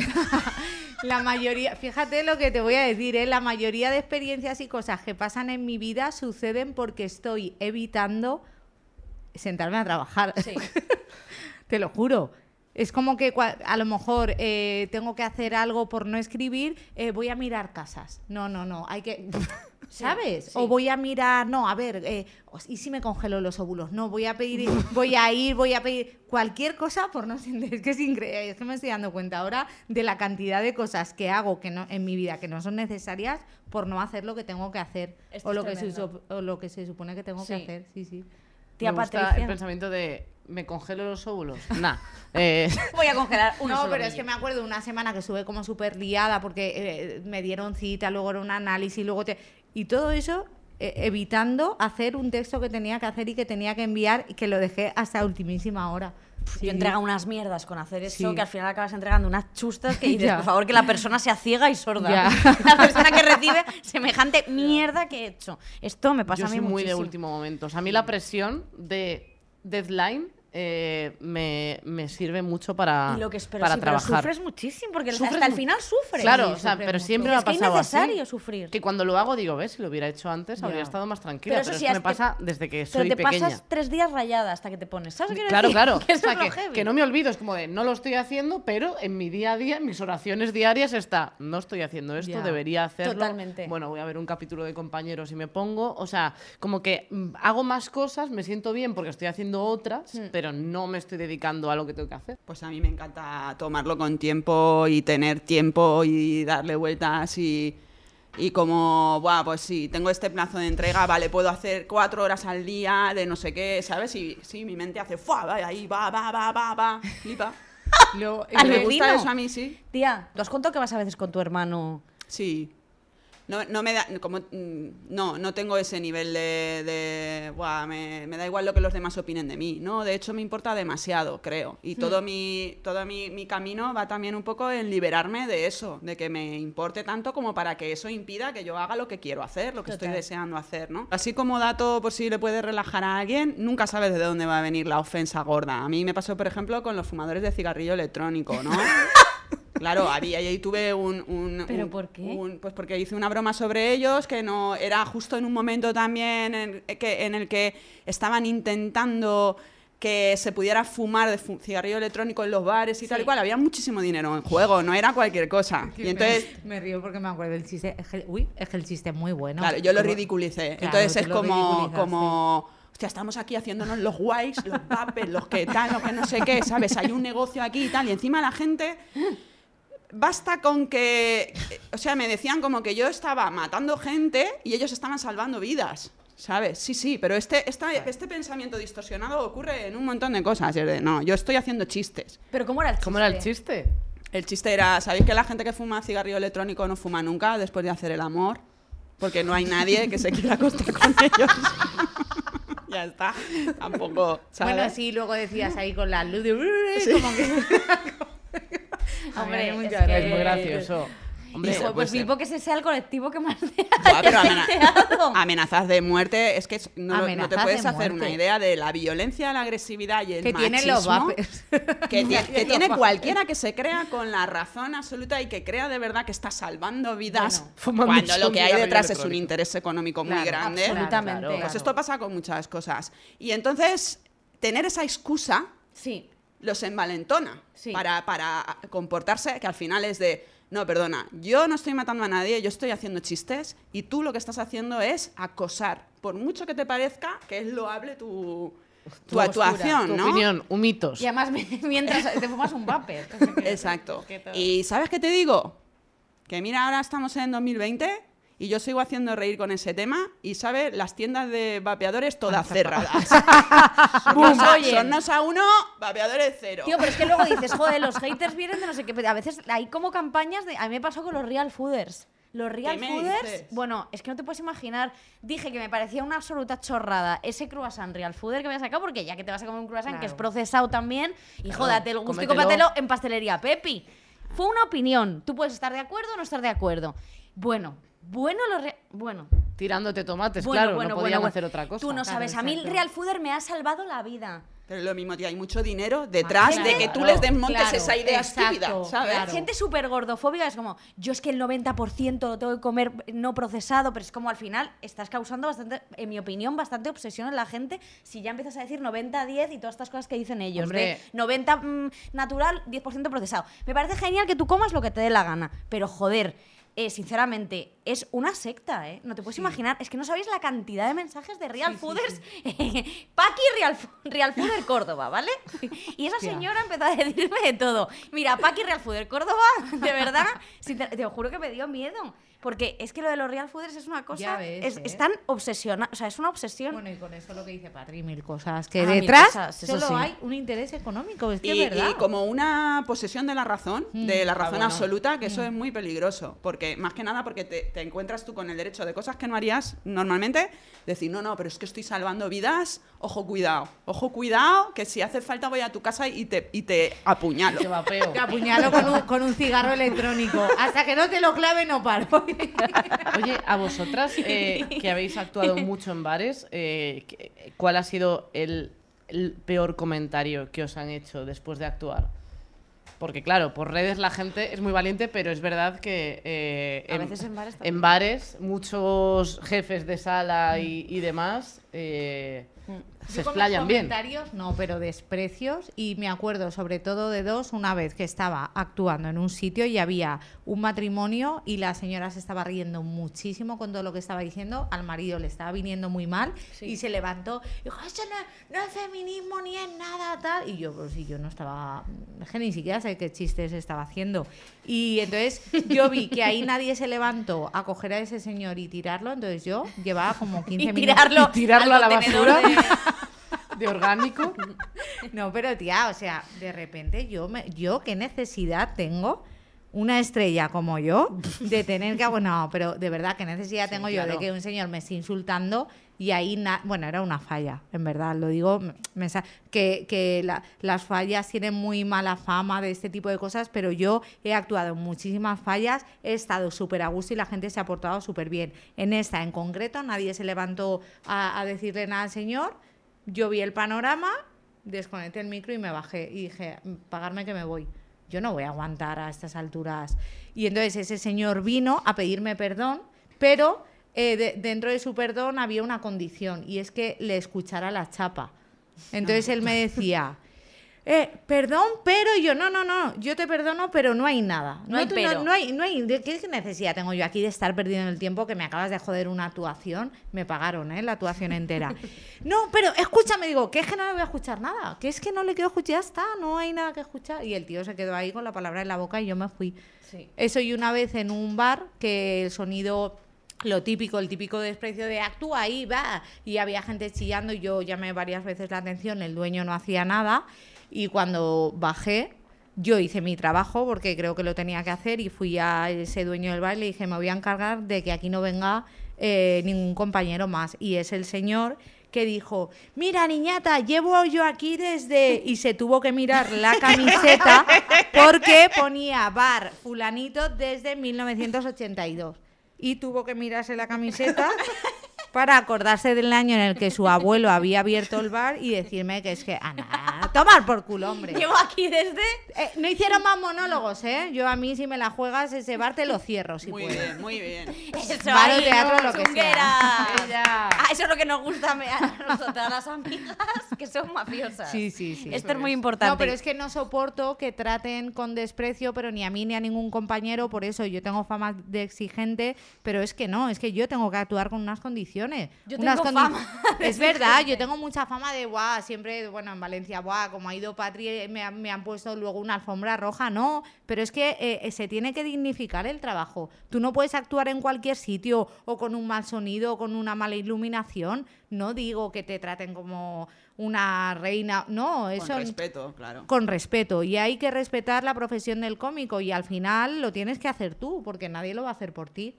la mayoría, fíjate lo que te voy a decir, ¿eh? la mayoría de experiencias y cosas que pasan en mi vida suceden porque estoy evitando sentarme a trabajar. Sí. Te lo juro. Es como que cua- a lo mejor eh, tengo que hacer algo por no escribir, eh, voy a mirar casas. No, no, no, hay que... ¿Sabes? sí. O voy a mirar, no, a ver, eh, os- ¿y si me congelo los óvulos? No, voy a pedir, voy a ir, voy a pedir cualquier cosa por no sentir. Es que es increíble, es que me estoy dando cuenta ahora de la cantidad de cosas que hago que no, en mi vida que no son necesarias por no hacer lo que tengo que hacer Esto o es lo, que se, tremendo. sup- o lo que se supone que tengo que Sí. hacer. Sí, sí. Tía me gusta Patricia. el pensamiento de me congelo los óvulos. Nah. Eh, Voy a congelar un No, solo pero es que brillo. me acuerdo una semana que estuve como súper liada porque eh, me dieron cita, luego era un análisis, luego te... Y todo eso eh, evitando hacer un texto que tenía que hacer y que tenía que enviar y que lo dejé hasta ultimísima hora. Sí. Yo entrega unas mierdas con hacer eso Sí. que al final acabas entregando unas chustas que dices, Ya. por favor, que la persona sea ciega y sorda. Ya. La persona que recibe semejante mierda que he hecho. Esto me pasa yo a mí soy muy de muchísimo. último momento. O sea, a mí la presión de deadline eh, me, me sirve mucho para, Y lo que espero, para sí, pero trabajar. sufres muchísimo porque Sufres hasta el mu- final sufres. Claro, Sí, o sea, sufres pero mucho. siempre Y me es ha que es pasado así. necesario sufrir. Que cuando lo hago digo, ves, si lo hubiera hecho antes Ya. habría estado más tranquila. Pero Pero, eso sí, es que me es que- pasa desde que pero soy te pequeña. pasas tres días rayada hasta que te pones. ¿Sabes qué quiero Claro, decir? claro. Que eso O sea, es lo que, heavy. que no me olvido, es como de no lo estoy haciendo, pero en mi día a día, en mis oraciones diarias está, no estoy haciendo esto, Ya. debería hacerlo. Totalmente. Bueno, voy a ver un capítulo de compañeros y me pongo, o sea, como que mm, hago más cosas, me siento bien porque estoy haciendo otras, Hmm. pero no me estoy dedicando a lo que tengo que hacer. Pues a mí me encanta tomarlo con tiempo y tener tiempo y darle vueltas y, y como, Buah, pues sí, tengo este plazo de entrega, vale, puedo hacer cuatro horas al día de no sé qué, ¿sabes? Y sí, mi mente hace, ¡fua! Va, ahí va, va, va, va, va, flipa. Ah, Lo- Y me Alucino. gusta eso a mí, sí. Tía, ¿tú has contado que vas a veces con tu hermano? Sí. No, no me da, como, mm, no, no tengo ese nivel de, de, "Buah, me, me da igual lo que los demás opinen de mí, ¿no? De hecho, me importa demasiado, creo. Y Hmm. todo, mi, todo mi, mi camino va también un poco en liberarme de eso, de que me importe tanto como para que eso impida que yo haga lo que quiero hacer, lo que estoy Total. deseando hacer, ¿no? Así como dato, por si le puede relajar a alguien, nunca sabes de dónde va a venir la ofensa gorda. A mí me pasó, por ejemplo, con los fumadores de cigarrillo electrónico, ¿no? Claro, había y ahí tuve un, un- ¿Pero un- por qué? un- pues porque hice una broma sobre ellos que no era justo en un momento también en, que, en el que estaban intentando que se pudiera fumar de fu- cigarrillo electrónico en los bares y tal y Sí. cual. Había muchísimo dinero en juego, no era cualquier cosa. Y entonces, me, río porque me acuerdo el chiste. Es que, uy, es que el chiste es muy bueno. pues claro, yo lo Como- ridiculicé. Claro, entonces tú es lo como, ridiculizaste. como, hostia, estamos aquí haciéndonos los guays, los papes, los que tal, los que no sé qué, ¿sabes? Hay un negocio aquí y tal. Y encima la gente... Basta con que, o sea, me decían como que yo estaba matando gente y ellos estaban salvando vidas, ¿sabes? Sí, sí, pero este, esta- este pensamiento distorsionado ocurre en un montón de cosas. Es de, no, yo estoy haciendo chistes. Pero ¿cómo era el chiste? ¿Cómo era el chiste? El chiste era, ¿sabéis que la gente que fuma cigarrillo electrónico no fuma nunca después de hacer el amor? Porque no hay nadie que se quiera acostar con ellos. ya está. Tampoco, ¿sabes? Bueno, sí, luego decías Mm. ahí con la luz de... Como que... Hombre, Ay, muchas es gracias. Es muy gracioso. Hombre, Pues, Hijo, puede pues ser. flipo que ese sea el colectivo que más te Buah, pero haya amena- deseado. amenazas de muerte, es que es- no, lo- no Amenazas te puedes de hacer una muerte. idea de la violencia, la agresividad y el Que machismo tienen los vapes. que, ti- que Los tiene vapes. cualquiera que se crea con la razón absoluta y que crea de verdad que está salvando vidas Fumando cuando lo un que hay cigarrillo detrás es un electrónico. interés económico muy Claro, grande. Absolutamente. Claro, claro. Pues esto pasa con muchas cosas. Y entonces, tener esa excusa Sí. los envalentona Sí. para, para comportarse, que al final es de, no, perdona, yo no estoy matando a nadie, yo estoy haciendo chistes y tú lo que estás haciendo es acosar, por mucho que te parezca que es loable tu, tu, postura, actuación, Tu ¿no? opinión, un mitos. Y además mientras te fumas un vapor. Exacto. Y ¿sabes qué te digo? Que mira, ahora estamos en 2020 y yo sigo haciendo reír con ese tema y, ¿sabes? Las tiendas de vapeadores todas cerradas. son, nos a, Oye. son nos a uno, vapeadores cero. Tío, pero es que luego dices, joder, los haters vienen de no sé qué. pero A veces hay como campañas de. A mí me pasó con los Real Fooders. Los Real me Fooders, dices? bueno, es que no te puedes imaginar. Dije que me parecía una absoluta chorrada ese croissant Real Fooder que me había sacado, porque ya que te vas a comer un croissant que es procesado también, y jódate el gusto y cómetelo. cómpratelo en pastelería, Pepi. Fue una opinión. Tú puedes estar de acuerdo o no estar de acuerdo. Bueno, bueno, los. Re- bueno, Tirándote tomates, bueno, Pues claro, bueno, no bueno, podían bueno. hacer otra cosa. Tú no Claro. sabes, a mí el Real Fooder me ha salvado la vida. Pero lo mismo, tío, hay mucho dinero detrás Ah, de que tú claro, les desmontes claro, esa idea exacto, estúpida, ¿sabes? claro. Gente súper gordofóbica es como, yo es que el 90% lo tengo que comer no procesado, pero es como al final estás causando bastante, en mi opinión, bastante obsesión en la gente si ya empiezas a decir 90-10 y todas estas cosas que dicen ellos. Hombre. De 90 mm, natural, 10% procesado. Me parece genial que tú comas lo que te dé la gana, pero joder. eh, sinceramente, es una secta, ¿eh? No te puedes imaginar. Es que no sabéis la cantidad de mensajes de Real Fooders. Paqui Real, Fu- Real Fooder Córdoba, ¿vale? Y esa señora empezó a decirme de todo. Mira, Paqui Real Fooder Córdoba, de verdad, sincer- te lo juro que me dio miedo. Porque es que lo de los Real Fooders es una cosa. Ya ves, es, ¿eh? Están obsesionados. O sea, es una obsesión. Bueno, y con eso lo que dice Patri, mil cosas. Que Ah, mil detrás cosas, eso solo sí. hay un interés económico, es que Y, es verdad. y como una posesión de la razón, de la razón bueno. absoluta, que eso es muy peligroso. Porque, más que nada, porque te, te encuentras tú con el derecho de cosas que no harías normalmente, decir, no, no, pero es que estoy salvando vidas, ojo, cuidado. Ojo, cuidado, que si hace falta voy a tu casa y te, y te apuñalo. Te vapeo. Te apuñalo con un, con un cigarro electrónico. Hasta que no te lo clave, no paro. Oye, a vosotras eh, que habéis actuado mucho en bares, eh, que- ¿cuál ha sido el, el peor comentario que os han hecho después de actuar? Porque claro, por redes la gente es muy valiente, pero es verdad que eh, A veces en bares también. en bares muchos jefes de sala y, Mm. y demás eh, se Yo con explayan los bien. comentarios no, pero desprecios. Y me acuerdo sobre todo de dos, una vez que estaba actuando en un sitio y había un matrimonio y la señora se estaba riendo muchísimo con todo lo que estaba diciendo. Al marido le estaba viniendo muy mal y se levantó y dijo, eso no, no es feminismo ni es nada tal. Y yo, pues si yo no estaba, es que ni siquiera sé qué chistes estaba haciendo. Y entonces yo vi que ahí nadie se levantó a coger a ese señor y tirarlo. Entonces yo llevaba como 15 Y minutos. tirarlo, Y tirarlo al a la contenedor basura. de- De orgánico. No, pero tía, o sea, de repente yo, me, yo qué necesidad tengo una estrella como yo de tener que... Bueno, pero de verdad, qué necesidad tengo yo claro. de que un señor me esté insultando y ahí... na- bueno, era una falla, en verdad, lo digo, me- me sa- que, que la- las fallas tienen muy mala fama de este tipo de cosas, pero yo he actuado en muchísimas fallas, he estado súper a gusto y la gente se ha portado súper bien. En esta en concreto nadie se levantó a- a decirle nada al señor. Yo vi el panorama, desconecté el micro y me bajé. Y dije, pagarme que me voy. Yo no voy a aguantar a estas alturas. Y entonces ese señor vino a pedirme perdón, pero eh, de- dentro de su perdón había una condición y es que le escuchara la chapa. Entonces él me decía, eh, perdón, pero Y yo, no, no, no, yo te perdono, pero no hay nada. No hay te- pero. No, hay, no hay, ¿de ¿qué necesidad tengo yo aquí de estar perdido en el tiempo que me acabas de joder una actuación? Me pagaron, ¿eh? La actuación entera. no, pero escúchame, digo, que es que no le voy a escuchar nada, que es que no le quiero escuchar, ya está, no hay nada que escuchar. Y el tío se quedó ahí con la palabra en la boca y yo me fui. Sí. Eso y una vez en un bar que el sonido, lo típico, el típico desprecio de actúa ahí, va. Y había gente chillando y yo llamé varias veces la atención, el dueño no hacía nada. Y cuando bajé, yo hice mi trabajo porque creo que lo tenía que hacer y fui a ese dueño del bar y le dije, me voy a encargar de que aquí no venga eh, ningún compañero más. Y es el señor que dijo, mira niñata, llevo yo aquí desde... Y se tuvo que mirar la camiseta porque ponía bar fulanito desde 1982. Y tuvo que mirarse la camiseta para acordarse del año en el que su abuelo había abierto el bar y decirme que es que, Ana, tomar por culo, hombre. Llevo aquí desde. Eh, no hicieron más monólogos, ¿eh? Yo a mí si me la juegas ese bar te lo cierro, si Muy puedes. bien, muy bien. Eso, Bar o ahí, teatro, ¿no? lo que sea. Chungueras. Ella. Ah, eso es lo que nos gusta me- a nosotras las amigas, que son mafiosas. Sí, sí, sí. Esto es muy importante. No, pero es que no soporto que traten con desprecio, pero ni a mí ni a ningún compañero, por eso yo tengo fama de exigente, pero es que no, es que yo tengo que actuar con unas condiciones. Yo unas tengo fama de Es verdad, yo tengo mucha fama de guau, siempre, bueno, en Valencia, guau, como ha ido Patri, eh, me, ha- me han puesto luego una alfombra roja, no, pero es que eh, se tiene que dignificar el trabajo. Tú no puedes actuar en cualquier sitio o con un mal sonido o con una mala iluminación. No digo que te traten como una reina, no, eso Con respeto, claro. con respeto y hay que respetar la profesión del cómico y al final lo tienes que hacer tú porque nadie lo va a hacer por ti.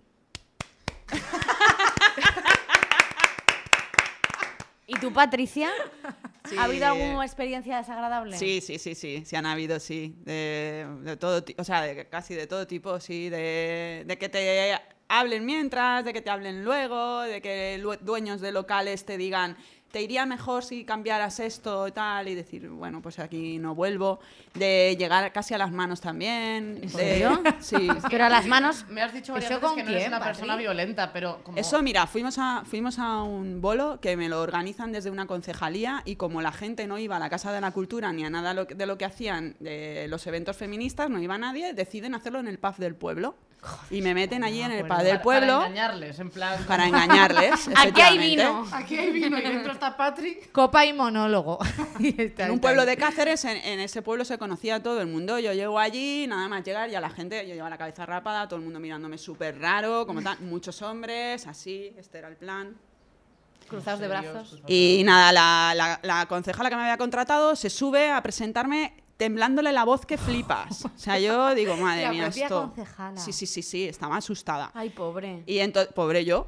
¿Y tú, Patricia? Sí. ¿Ha habido alguna experiencia desagradable? Sí, sí, sí, sí, sí han habido, sí, de, de todo, ti- o sea, de, casi de todo tipo, sí, de, de que te hablen mientras, de que te hablen luego, de que lue- dueños de locales te digan, te iría mejor si cambiaras esto y tal, y decir, bueno, pues aquí no vuelvo, de llegar casi a las manos también. de- serio? Sí. Pero a las manos. Me has dicho varias ¿Eso veces con que no eres quién, una persona Patri? violenta, pero como... Eso, mira, fuimos a, fuimos a un bolo que me lo organizan desde una concejalía y como la gente no iba a la Casa de la Cultura ni a nada lo que- de lo que hacían de los eventos feministas, no iba nadie, deciden hacerlo en el pub del pueblo. Y me meten allí en el pub para- del pueblo Para engañarles, en plan... para engañarles. Aquí hay efectivamente. vino. Aquí hay vino y dentro está Patrick. Copa y monólogo. Y está, En un está. pueblo de Cáceres, en, en ese pueblo se conocía todo el mundo. Yo llego allí, nada más llegar, y a la gente, yo llevaba la cabeza rapada, todo el mundo mirándome súper raro, como tal, muchos hombres, así, este era el plan. Cruzados de brazos. Y nada, la, la, la concejala que me había contratado se sube a presentarme temblándole la voz que flipas. O sea, yo digo, madre La mía, propia esto. concejala. Sí, sí, sí, sí, estaba asustada. Ay, pobre. Y entonces, pobre yo,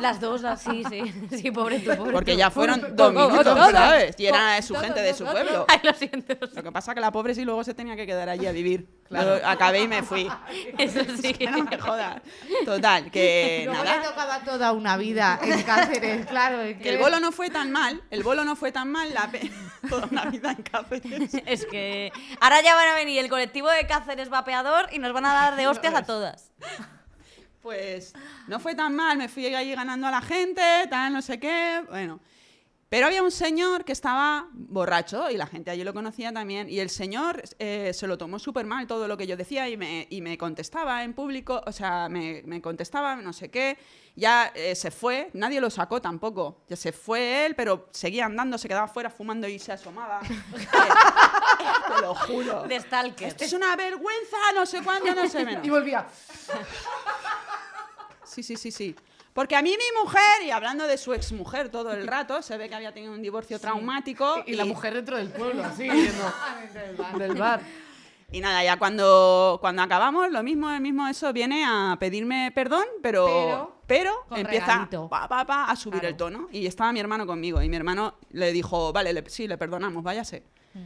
Las dos, las- sí, sí. Sí, pobre tú, pobre porque tú. ya fueron dos minutos, todas, ¿sabes? Y era con su todos gente de su nosotros. pueblo. Ay, lo siento. Lo que pasa que la pobre sí luego se tenía que quedar allí a vivir. Yo acabé y me fui. Eso sí. No me jodas. Total, que Luego nada. le tocaba toda una vida en Cáceres, claro. es Que el bolo no fue tan mal, el bolo no fue tan mal, la pe- toda una vida en Cáceres. Es que ahora ya van a venir el colectivo de Cáceres vapeador y nos van a dar de hostias a todas. Pues no fue tan mal, me fui allí ganando a la gente, tal, no sé qué, bueno. Pero había un señor que estaba borracho y la gente allí lo conocía también y el señor eh, se lo tomó súper mal todo lo que yo decía y me, y me contestaba en público, o sea, me, me contestaba no sé qué, ya eh, se fue, nadie lo sacó tampoco, ya se fue él, pero seguía andando, se quedaba fuera fumando y se asomaba. Eh, Te lo juro. De Stalker. Esto Este es una vergüenza, no sé cuándo, no sé menos. Y volvía. Sí, sí, sí, sí. Porque a mí mi mujer, y hablando de su exmujer todo el rato, se ve que había tenido un divorcio traumático. Y la mujer dentro del pueblo, así, yendo del bar. Y nada, ya cuando, cuando acabamos, lo mismo, el mismo eso, viene a pedirme perdón, pero, pero, con empieza regalito. pa, pa, pa, a subir Claro. el tono. Y estaba mi hermano conmigo, y mi hermano le dijo, vale, le- sí, le perdonamos, váyase. Mm.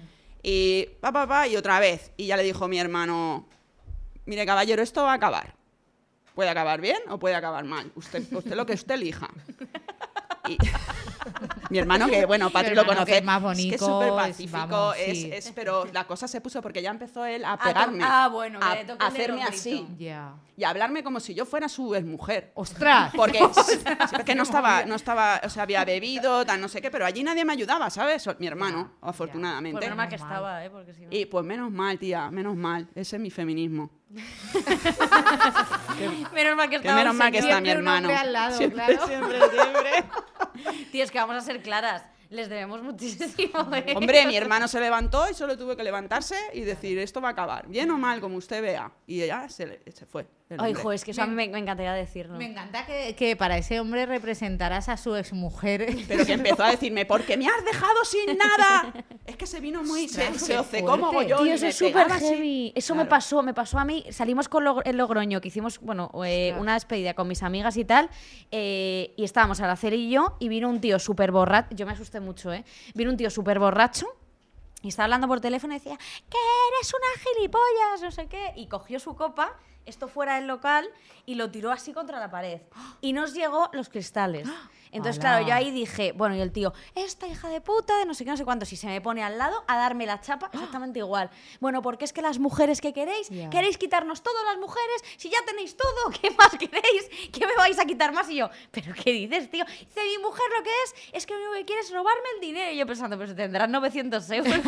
Y pa, pa, pa, y otra vez. Y ya le dijo mi hermano, mire caballero, esto va a acabar. Puede acabar bien o puede acabar mal. Usted, usted lo que usted elija. Y- Mi hermano, que bueno, Patri lo hermano, conoce. que es más que es bonito, súper es- pacífico. vamos, Es, sí. es- pero la cosa se puso porque ya empezó él a to- pegarme. ah, bueno, que a, le toque a el hacerme hombrito. así. Ya. Y a hablarme como si yo fuera su mujer. ¡Ostras! Porque, sí, porque no estaba, no estaba, o sea, había bebido, tal, no sé qué, pero allí nadie me ayudaba, ¿sabes? Mi hermano, afortunadamente. Por normal Pues que Mal. estaba, ¿eh? Porque si no... Y pues menos mal, tía, menos mal. Ese es mi feminismo. Menos mal que Que estaba menos un mal que está mi Siempre un hermano. hombre al lado, Siempre, claro. siempre, siempre. señor- Tío, es que vamos a ser claras. Les debemos muchísimo. ¿eh? Hombre, mi hermano se levantó y solo tuvo que levantarse y decir, esto va a acabar, bien o mal, como usted vea. Y ya se, le- se fue. el Ay, hombre. jo, es que eso a mí me, me encantaría decirlo. Me encanta que, que para ese hombre representarás a su exmujer. Pero que empezó a decirme, porque me has dejado sin nada. Es que se vino muy... Se, Ostras, se qué obcecó fuerte. como yo. Tío, eso es súper heavy. Eso me pasó, me pasó a mí. Salimos con Log- en Logroño, que hicimos, bueno, eh, una despedida con mis amigas y tal, eh, y estábamos Araceli y yo, y vino un tío súper borracho, yo me asusté mucho, ¿eh? Vino un tío súper borracho, y estaba hablando por teléfono y decía, que eres una gilipollas, no sé qué, y cogió su copa, esto fuera del local, y lo tiró así contra la pared, y nos llegó los cristales. Entonces, ¡Hala! claro, yo ahí dije, bueno, y el tío, esta hija de puta, de no sé qué, no sé cuánto, si se me pone al lado a darme la chapa, exactamente igual. Bueno, porque es que las mujeres que queréis, Ya. queréis quitarnos todo las mujeres, si ya tenéis todo, ¿qué más queréis? ¿Qué me vais a quitar más? Y yo, ¿pero qué dices, tío? Dice, mi mujer lo que es, es que lo único que quiere es robarme el dinero. Y yo pensando, pero si tendrás 900 euros, ¿qué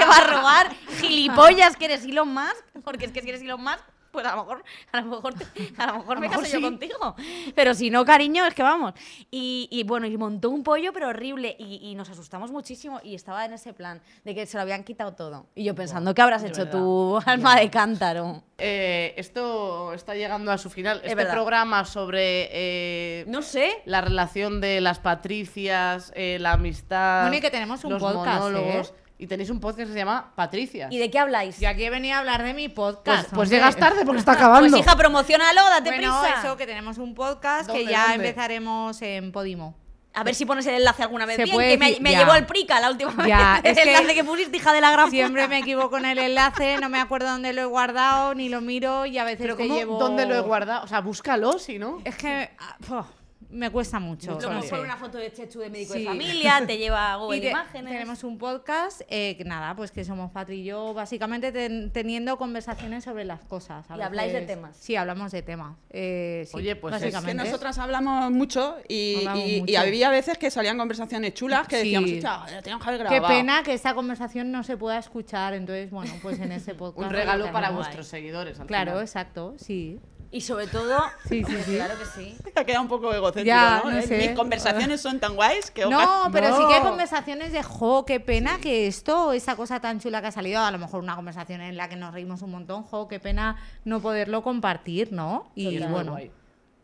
te va a robar? Gilipollas que eres Elon Musk, porque es que si eres Elon Musk, pues a lo mejor, a lo mejor, te- a lo mejor me caso yo contigo. Pero si no, cariño, es que vamos. Y, y bueno, y montó un pollo, pero horrible. Y, y nos asustamos muchísimo. Y estaba en ese plan de que se lo habían quitado todo. Y yo pensando, ¿qué habrás de hecho verdad. tú, alma de cántaro? Eh, esto está llegando a su final. este verdad. programa sobre eh, No sé. la relación de las patricias, eh, la amistad. Bueno, y que tenemos un los podcast, monólogos. ¿eh? Y tenéis un podcast que se llama Patricias. ¿Y de qué habláis? Y aquí he venido a hablar de mi podcast. Pues, pues hombre. llegas tarde porque está Pues acabando. hija, promocionalo, date Bueno, prisa. eso que tenemos un podcast que ¿Dónde, ya dónde? empezaremos en Podimo. A ver si pones el enlace alguna vez Se bien, puede que me, decir- me ya. llevó el prica la última vez. Ya, es el que- enlace que pusiste, hija de la gran Siempre puta. me equivoco en el enlace, no me acuerdo dónde lo he guardado, ni lo miro y a veces Pero te ¿cómo? llevo... ¿Dónde lo he guardado? O sea, búscalo, si no. Es que ah, puf, me cuesta mucho. Mucho no Luego lío. sé. pone una foto de Chechu de médico Sí. de familia, te lleva a Y Google te- Imágenes. tenemos un podcast eh, que nada, pues que somos Patri y yo, básicamente ten- teniendo conversaciones sobre las cosas. a Y habláis de veces. temas. Sí, hablamos de temas. eh, sí, Oye, pues es que Es que básicamente. nosotras hablamos mucho y, Hablamos y- y mucho. había veces que salían conversaciones chulas que Sí. decíamos, "Hostia, lo teníamos que haber Qué grabado". pena que esta conversación no se pueda escuchar, entonces, bueno, pues en ese podcast. Un regalo para Claro, vuestros seguidores. al Claro, final. exacto, sí. Y sobre todo... Sí, sí, sí. Claro que sí. Ha quedado un poco egocéntrico, Ya, ¿no? no Eh, sé. Mis conversaciones son tan guays que... No, pero sí que hay ah, No. conversaciones de jo, qué pena que esto, esa cosa tan chula que ha salido, a lo mejor una conversación en la que nos reímos un montón, jo, qué pena no poderlo compartir, ¿no? Y Y es muy bueno, guay.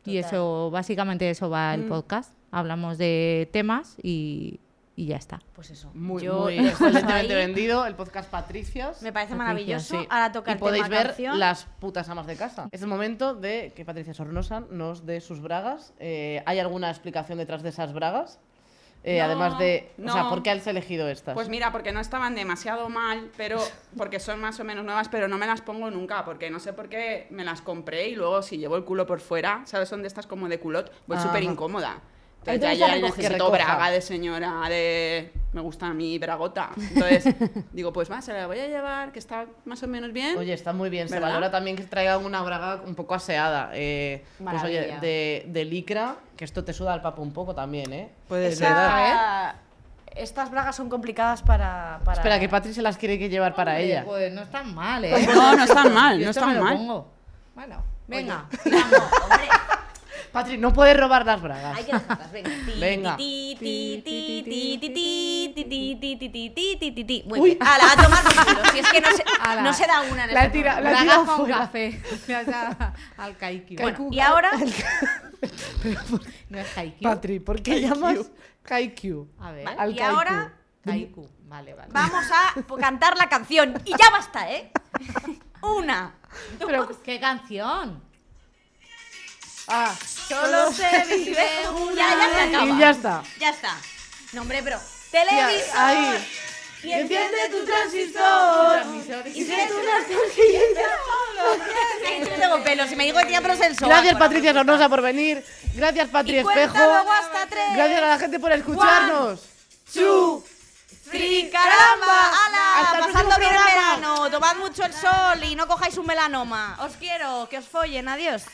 y eso, básicamente eso va Mm. el podcast. Hablamos de temas y, y ya está. Pues eso. Muy, Yo muy dejo eso excelentemente ahí. vendido. El podcast Patricias. Me parece Patricia, maravilloso. Sí. Ahora toca y el podéis tema ver canción. las putas amas de casa. Es el momento de que Patricia Sornosa nos dé sus bragas. Eh, ¿Hay alguna explicación detrás de esas bragas? Eh, No, además de... O sea, no. ¿por qué has elegido estas? Pues mira, porque no estaban demasiado mal, pero porque son más o menos nuevas, pero no me las pongo nunca, porque no sé por qué me las compré y luego si llevo el culo por fuera, ¿sabes? Son de estas como de culot, voy Ah. Ajá. súper incómoda. Entonces ya, Entonces ya ya recoge, necesito recoja. braga de señora, de... Me gusta mi bragota. Entonces digo, pues va, se la voy a llevar, que está más o menos bien. Oye, está muy bien. Se ¿Verdad? valora también que traigan una braga un poco aseada. eh, pues Maravilla. oye, de, de licra, que esto te suda el papo un poco también, ¿eh? Puede Es ser. verdad. Esta- Estas bragas son complicadas para... para- Espera, que Patri se las quiere que llevar para Hombre, ella. Pues no están mal, ¿eh? No, no están mal, Yo no esto están me lo mal. pongo. Bueno, venga. Patri, no puedes robar las bragas. Hay que dejarlas, venga. Ti, Venga. ti, ti, ti, ti, ti, ti, ti, ti, ti, ti, ti, ti, ti, ti, ti. Muy bien. Ala, a tomar por culo, Si es que no se, Ala. no se da una en La he este tirado, programa. La he Bragas tirado con fuera. café. Gracias al kaiku. Bueno, Bueno, y ahora... ¿eh? no es kaiku. Patri, ¿por qué llamas Kaikyu? A ver. Al Y Kaiku. ahora- Kaiku. Vale, vale. Vamos a po- cantar la canción. Y ya basta, ¿eh? Una. Pero, ¿qué canción? Ah, Solo se vive una. Ya, ya se acaba. Y ya está. Ya está. No, hombre, pero. Televisión. ahí. Y enciende tu transistor. Y sé tu Yo no tengo pelos y me digo que tenía pelos en el sobaco, Gracias la Patricia puta. Sornosa por venir. Gracias Patri Y cuenta Espejo. luego hasta tres. Gracias a la gente por escucharnos. ¡Chu! ¡Free, caramba! Hasta el ¡Hala! próximo Pasando bien el programa. verano, tomad mucho el sol y no cojáis un melanoma. Os quiero, que os follen, adiós.